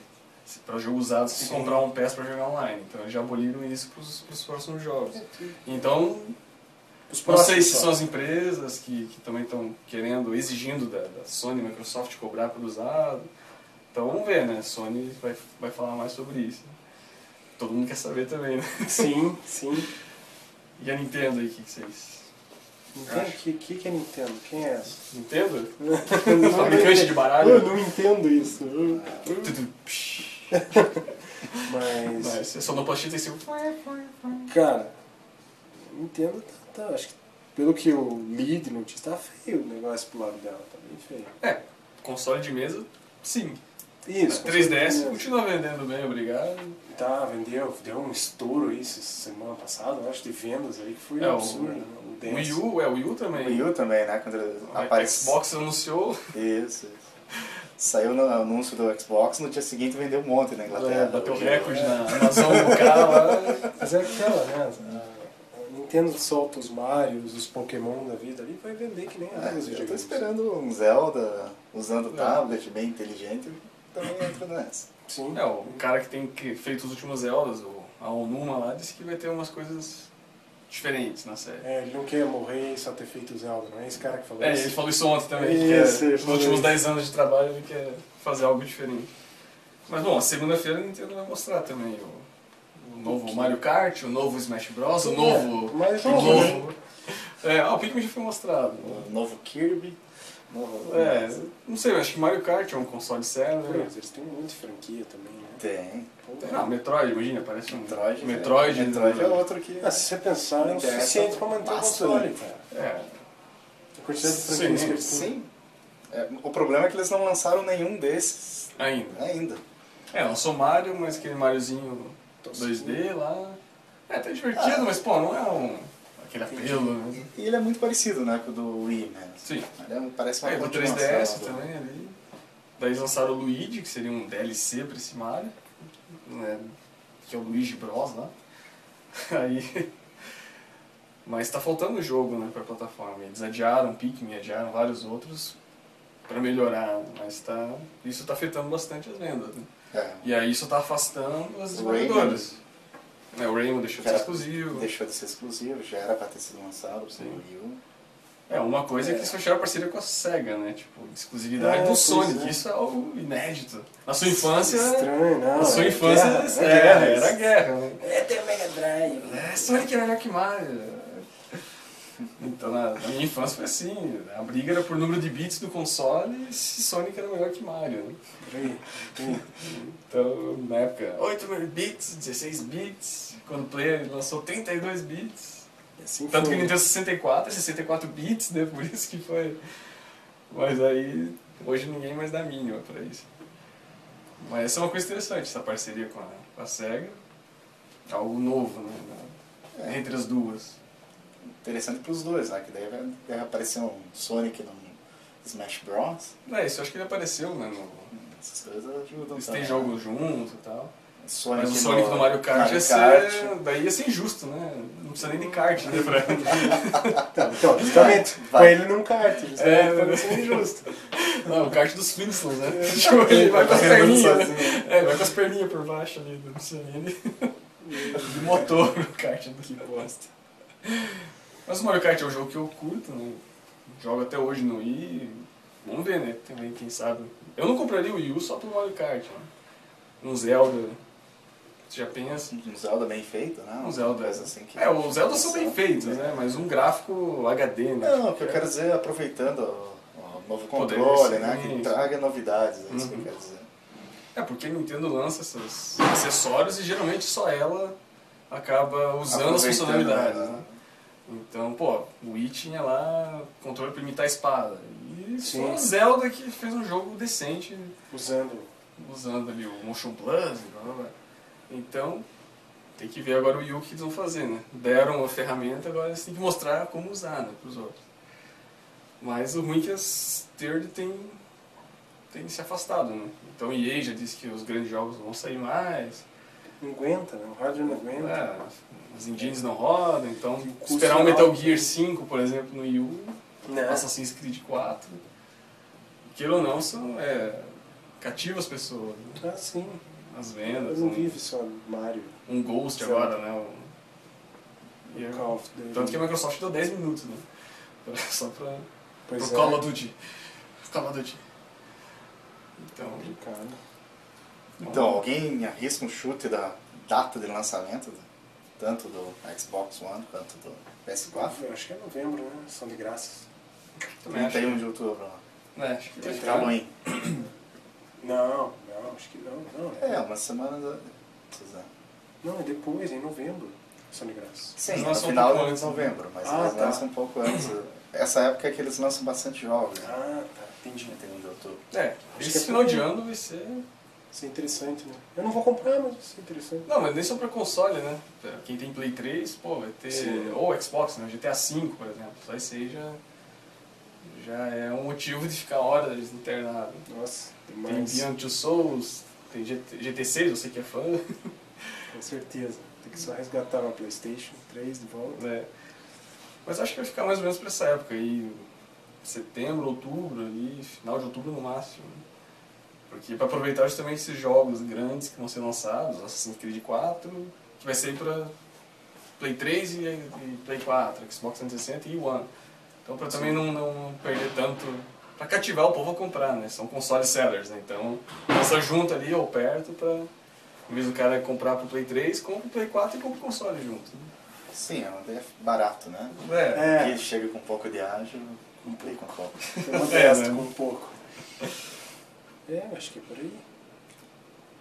[SPEAKER 3] para jogo usado, se
[SPEAKER 1] Sim.
[SPEAKER 3] comprar um pass para jogar online. Então eles já aboliram isso para os próximos jogos.
[SPEAKER 1] É.
[SPEAKER 3] Então,
[SPEAKER 1] Os
[SPEAKER 3] não Tipo, sei
[SPEAKER 1] próximos
[SPEAKER 3] se
[SPEAKER 1] assim, só.
[SPEAKER 3] são as empresas que, que também estão querendo, exigindo da, da Sony, Microsoft cobrar por usado. Então vamos ver, né? Sony vai, vai falar mais sobre isso. Todo mundo quer saber também, né?
[SPEAKER 1] Sim, sim.
[SPEAKER 3] E a Nintendo aí, o que, que vocês.
[SPEAKER 1] Nintendo,
[SPEAKER 3] Acho.
[SPEAKER 1] que, que que é Nintendo? Quem é essa?
[SPEAKER 3] Nintendo?
[SPEAKER 1] Eu não-
[SPEAKER 3] Fabricante de
[SPEAKER 1] Eu
[SPEAKER 3] baralho?
[SPEAKER 1] não entendo isso. Eu-
[SPEAKER 3] Tudu, psh.
[SPEAKER 1] Mas,
[SPEAKER 3] Mas a sonoplastia tem sempre.
[SPEAKER 1] cara, Nintendo tá, tá- Acho que pelo que eu li de notícia, tá feio o negócio pro lado dela. Tá bem feio.
[SPEAKER 3] É, console de mesa, sim.
[SPEAKER 1] Isso. com
[SPEAKER 3] 3DS
[SPEAKER 1] certeza.
[SPEAKER 3] continua vendendo bem, obrigado.
[SPEAKER 1] Tá, vendeu, deu um estouro aí essa semana passada, eu acho, de vendas aí, que foi
[SPEAKER 3] É, o-
[SPEAKER 1] absurdo. né? O,
[SPEAKER 3] O
[SPEAKER 1] 10.
[SPEAKER 3] Wii U, é, o Wii U
[SPEAKER 2] O
[SPEAKER 3] também.
[SPEAKER 2] Wii U também, né? Quando ele
[SPEAKER 3] O
[SPEAKER 2] aparece.
[SPEAKER 3] Xbox anunciou.
[SPEAKER 2] Isso. isso. Saiu no anúncio do Xbox, no dia seguinte vendeu um monte na Inglaterra.
[SPEAKER 3] É, bateu
[SPEAKER 2] O-
[SPEAKER 3] recorde na Amazon do cara lá.
[SPEAKER 1] Mas é aquela, né? A a Nintendo solta os Marios, os Pokémon da vida ali, vai vender que nem
[SPEAKER 2] Ah,
[SPEAKER 1] água os
[SPEAKER 2] eu tô
[SPEAKER 1] videogames.
[SPEAKER 2] esperando um Zelda usando
[SPEAKER 3] É.
[SPEAKER 2] tablet bem inteligente, também entra nessa.
[SPEAKER 1] Sim.
[SPEAKER 3] É, o cara que tem que- feito os últimos Zeldas, o a Onuma lá, disse que vai ter umas coisas diferentes na série.
[SPEAKER 1] É, ele não quer morrer e só ter feito o Zelda, não é esse cara que falou
[SPEAKER 3] É, ele
[SPEAKER 1] isso?
[SPEAKER 3] falou isso ontem também.
[SPEAKER 1] Isso,
[SPEAKER 3] que é,
[SPEAKER 1] ele
[SPEAKER 3] nos
[SPEAKER 1] falou
[SPEAKER 3] últimos
[SPEAKER 1] isso.
[SPEAKER 3] 10 anos de trabalho ele quer fazer algo diferente. Mas bom, segunda-feira a Nintendo vai mostrar também o, o novo Mario Kart, o novo Smash Bros, o
[SPEAKER 1] É,
[SPEAKER 3] novo.
[SPEAKER 1] mas
[SPEAKER 3] o
[SPEAKER 1] novo, né?
[SPEAKER 3] novo. É, ah, o Pikmin já foi mostrado.
[SPEAKER 2] O novo Kirby. Novo...
[SPEAKER 3] É, não sei, eu acho que Mario Kart é um console sério,
[SPEAKER 1] Pô,
[SPEAKER 3] né?
[SPEAKER 1] mas eles têm muita franquia também, né?
[SPEAKER 2] Tem.
[SPEAKER 3] Não, Ah, Metroid, imagina, parece um.
[SPEAKER 2] Metroid.
[SPEAKER 3] Metroid,
[SPEAKER 2] é. Metroid
[SPEAKER 3] né?
[SPEAKER 2] é outro que.
[SPEAKER 1] Ah, se você pensar, é o
[SPEAKER 2] Interessa
[SPEAKER 1] suficiente pra manter o
[SPEAKER 2] bastante.
[SPEAKER 1] console, cara.
[SPEAKER 3] É,
[SPEAKER 1] A quantidade de
[SPEAKER 3] Sim,
[SPEAKER 1] franquias que eles têm.
[SPEAKER 2] Sim. É, o problema é que eles não lançaram nenhum desses
[SPEAKER 3] ainda.
[SPEAKER 2] ainda.
[SPEAKER 3] É, lançou Mario, mas aquele Mariozinho 2D lá. É, tá
[SPEAKER 2] Ah.
[SPEAKER 3] divertido, mas pô, não é um. aquele apelo, né?
[SPEAKER 2] E ele é muito parecido, né, com o do Wii, né?
[SPEAKER 3] Sim.
[SPEAKER 2] Ele é um- parece uma
[SPEAKER 3] É, do
[SPEAKER 2] continuação né?
[SPEAKER 3] 3DS
[SPEAKER 2] do-
[SPEAKER 3] também ali. Daí eles lançaram o Luigi, que seria um DLC pra esse Mario. Né? Que é o Luigi Bros lá. Aí. Mas tá faltando jogo, né, pra plataforma. Eles adiaram Pikmin, adiaram vários outros pra melhorar, mas tá. Isso tá afetando bastante as vendas, né?
[SPEAKER 2] É.
[SPEAKER 3] E aí isso tá afastando
[SPEAKER 2] O
[SPEAKER 3] as desenvolvedoras. É, o Rainbow deixou de ser
[SPEAKER 2] Cara,
[SPEAKER 3] exclusivo. né?
[SPEAKER 2] Deixou de ser exclusivo, já era pra ter sido lançado pro
[SPEAKER 3] Sim.
[SPEAKER 2] Wii U.
[SPEAKER 3] É, uma coisa é que eles fecharam a parceria com a SEGA, né? Tipo, exclusividade
[SPEAKER 1] É,
[SPEAKER 3] do
[SPEAKER 1] pois
[SPEAKER 3] Sonic.
[SPEAKER 1] é.
[SPEAKER 3] Isso é algo inédito. Na sua infância.
[SPEAKER 1] Estranho, não.
[SPEAKER 3] Na sua
[SPEAKER 1] é
[SPEAKER 3] infância
[SPEAKER 1] guerra,
[SPEAKER 3] é,
[SPEAKER 1] é guerra,
[SPEAKER 3] era guerra, né?
[SPEAKER 1] É até o Mega Drive.
[SPEAKER 3] É, Sonic é melhor que Mario. Então na, na minha infância foi assim, a briga era por número de bits do console e se Sonic era melhor que Mario, né?
[SPEAKER 1] Peraí, peraí.
[SPEAKER 3] Então, na época, 8 bits, 16 bits, quando o player lançou 32 bits.
[SPEAKER 1] E Assim
[SPEAKER 3] Tanto que o
[SPEAKER 1] foi.
[SPEAKER 3] Nintendo 64 é 64 bits, né? Por isso que foi. Mas aí, hoje ninguém mais dá mínima pra isso. Mas essa é uma coisa interessante, essa parceria com a, com a SEGA. Algo novo, né? na-
[SPEAKER 2] É.
[SPEAKER 3] Entre as duas.
[SPEAKER 2] Interessante pros dois, né? Que daí vai, deve aparecer um Sonic num Smash Bros.
[SPEAKER 3] É, isso eu acho que ele apareceu, né? No,
[SPEAKER 2] Essas coisas ajudam.
[SPEAKER 3] eles
[SPEAKER 2] também,
[SPEAKER 3] têm
[SPEAKER 2] né?
[SPEAKER 3] jogo junto e tal.
[SPEAKER 2] Sonic
[SPEAKER 3] Mas o Sonic do Mario Kart ia
[SPEAKER 2] Mario
[SPEAKER 3] ser. Daí ia ser injusto, né? Não precisa nem de kart, né? pra-
[SPEAKER 1] Então, então, justamente,
[SPEAKER 2] Vai.
[SPEAKER 1] com ele num kart, justamente
[SPEAKER 3] É,
[SPEAKER 1] pra não ser injusto. tá
[SPEAKER 3] Não, o kart dos Flintstones, né? Tipo, ele vai com as perninhas. né?
[SPEAKER 2] sozinho.
[SPEAKER 3] É, vai com as perninhas por baixo ali, não precisa nem de, de motor no kart do que bosta. Mas o Mario Kart é um jogo que eu curto, né? Jogo até hoje no Wii. Vamos ver, né? Também, quem sabe. Eu não compraria o Wii U só pelo Mario Kart, né? Um Zelda. Você já pensa?
[SPEAKER 2] Um Zelda bem feito, né?
[SPEAKER 3] Um Zelda.
[SPEAKER 2] Coisa assim que...
[SPEAKER 3] É, os Zeldas são bem feitos, né? Mas um gráfico HD, né?
[SPEAKER 2] Não, o que eu quero dizer, é aproveitando o, o novo
[SPEAKER 3] Poder,
[SPEAKER 2] controle,
[SPEAKER 3] sim,
[SPEAKER 2] né?
[SPEAKER 3] isso.
[SPEAKER 2] Que traga novidades, é isso que
[SPEAKER 3] Uhum.
[SPEAKER 2] eu quero dizer.
[SPEAKER 3] É, porque a Nintendo lança esses acessórios e geralmente só ela acaba usando as
[SPEAKER 2] Aproveitando,
[SPEAKER 3] funcionalidades,
[SPEAKER 2] né?
[SPEAKER 3] né? Então, pô, o Wii tinha lá controle pra imitar a espada. E só
[SPEAKER 1] Sim.
[SPEAKER 3] o Zelda que fez um jogo decente
[SPEAKER 1] Usando.
[SPEAKER 3] usando ali o Motion Plus e blá blá blá. Então, tem que ver agora o Wii U o que eles vão fazer, né? Deram a ferramenta, agora eles têm que mostrar como usar, né, pros outros. Mas o ruim é que as third tem, tem se afastado, né? Então EA já disse que os grandes jogos não vão sair mais,
[SPEAKER 1] Não aguenta, né? O hardware não aguenta.
[SPEAKER 3] né? as engines não rodam, então
[SPEAKER 1] E o custo
[SPEAKER 3] esperar um
[SPEAKER 1] é
[SPEAKER 3] Metal
[SPEAKER 1] alto. Né?
[SPEAKER 3] Gear 5, por exemplo, no Wii U
[SPEAKER 1] Não.
[SPEAKER 3] Assassin's Creed 4. Queira ou não, são, é, cativa as pessoas, né?
[SPEAKER 1] Ah, sim. Mas
[SPEAKER 3] as vendas.
[SPEAKER 1] não
[SPEAKER 3] um-
[SPEAKER 1] vive só Mario.
[SPEAKER 3] um Ghost
[SPEAKER 1] Zelda.
[SPEAKER 3] agora, né? Um... E é-
[SPEAKER 1] Call of Duty.
[SPEAKER 3] Tanto que a Microsoft deu 10 minutos, né? Pra- Só pra.
[SPEAKER 1] Pois é.
[SPEAKER 3] pro Call of Duty. Call of Duty. Então.
[SPEAKER 1] é, complicado.
[SPEAKER 2] Então, alguém arrisca um chute da data de lançamento, do- tanto do Xbox One quanto do PS4?
[SPEAKER 1] Eu acho que é novembro, né? São de graças.
[SPEAKER 3] também acho.
[SPEAKER 2] 31 de outubro. lá.
[SPEAKER 3] que- É, acho um- que vai ficar.
[SPEAKER 2] Halloween.
[SPEAKER 1] Não, não, acho que não. Não,
[SPEAKER 2] É, uma semana... Da...
[SPEAKER 1] não é depois, em novembro. São de graças.
[SPEAKER 2] Sim,
[SPEAKER 3] Eles
[SPEAKER 2] no
[SPEAKER 3] lançam um
[SPEAKER 2] final
[SPEAKER 3] pouco
[SPEAKER 2] de
[SPEAKER 3] antes, né?
[SPEAKER 2] novembro, mas
[SPEAKER 1] Ah,
[SPEAKER 2] eles
[SPEAKER 1] tá.
[SPEAKER 2] lançam um pouco antes. Essa época é que eles lançam bastante jogos, né?
[SPEAKER 1] Ah, tá. Entendi.
[SPEAKER 2] 31 de outubro.
[SPEAKER 3] É,
[SPEAKER 1] Acho que
[SPEAKER 3] esse
[SPEAKER 1] é
[SPEAKER 3] final de
[SPEAKER 1] porque-
[SPEAKER 3] ano vai ser.
[SPEAKER 1] Isso é interessante, né? Eu não vou comprar, mas isso é interessante.
[SPEAKER 3] Não, mas nem só pra console, né? Pra Quem tem Play 3, pô, vai ter.
[SPEAKER 1] Sim.
[SPEAKER 3] Ou Xbox, né? GTA V, por exemplo. Só isso aí já. Já é um motivo de ficar horas internado.
[SPEAKER 1] Nossa,
[SPEAKER 3] Tem
[SPEAKER 1] demais.
[SPEAKER 3] Beyond Two Souls, tem GT6, você que é fã.
[SPEAKER 1] Com certeza. Tem que só resgatar uma Playstation 3 de volta.
[SPEAKER 3] né? Mas acho que vai ficar mais ou menos pra essa época aí, setembro, outubro ali, final de outubro no máximo. né? Porque pra aproveitar justamente esses jogos grandes que vão ser lançados, Assassin's Creed 4, que vai sair pra Play 3 e, e Play 4, Xbox 360 e One. Então pra também não, não perder tanto. Pra cativar o povo a comprar, né? São console sellers, né? Então, essa junta ali ou perto pra. Em vez do cara comprar pro Play 3, compra o Play 4 e compra o console junto.
[SPEAKER 2] Sim, é um DF barato, né?
[SPEAKER 3] Né?
[SPEAKER 1] É.
[SPEAKER 2] Que chega com um pouco de ágil, comprei com pouco.
[SPEAKER 1] Eu modesto
[SPEAKER 3] É, né?
[SPEAKER 1] com um pouco. É, acho que é por aí.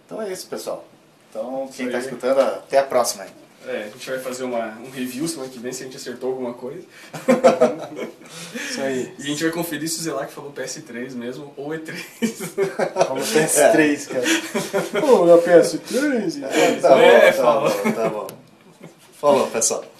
[SPEAKER 2] Então é isso, pessoal. Então, quem
[SPEAKER 3] Isso
[SPEAKER 2] tá
[SPEAKER 3] aí.
[SPEAKER 2] escutando, até a próxima aí.
[SPEAKER 3] É, a gente vai fazer uma, um review semana que vem se a gente acertou alguma coisa.
[SPEAKER 1] Isso aí.
[SPEAKER 3] E a gente vai conferir se o Zelac falou PS3 mesmo ou E3.
[SPEAKER 1] Como PS3, cara. Pô, meu PS3.
[SPEAKER 2] Tá bom, tá
[SPEAKER 3] É, falou.
[SPEAKER 2] bom, tá bom. Falou, pessoal.